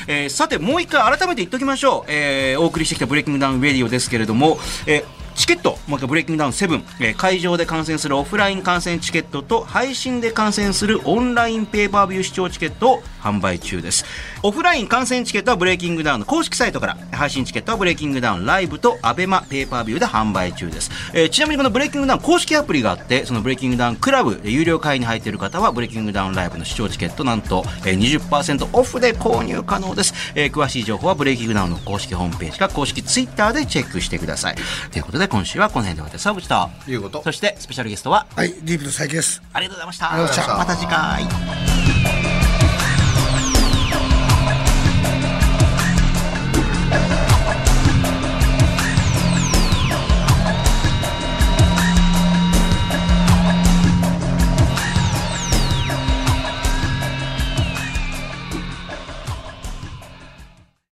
S3: えーさて、もう一回改めて言っときましょう。えーお送りしてきたブレイキングダウンウェディオですけれども、えーチケット、もう一回ブレイキングダウン7、えー会場で観戦するオフライン観戦チケットと、配信で観戦するオンラインペーパービュー視聴チケットを販売中です。オフライン観戦チケットはブレイキングダウンの公式サイトから、配信チケットはブレイキングダウンライブとアベマペーパービューで販売中です。えーちなみにこのブレイキングダウン公式アプリがあって、そのブレイキングダウンクラブ、えー有料会員に入っている方は、ブレイキングダウンライブの視聴チケット、なんと、えー20%オフで購入可能です。えー詳しい情報はブレイキングダウンの公式ホームページか公式ツイッターでチェックしてください。ということで、今週はこの辺で終わって、沢口と、
S2: いうこと
S3: そしてスペシャルゲストは、
S4: はい、ディープの佐伯です。
S3: ありがとうございまし
S4: ありがとうございました
S3: また次回。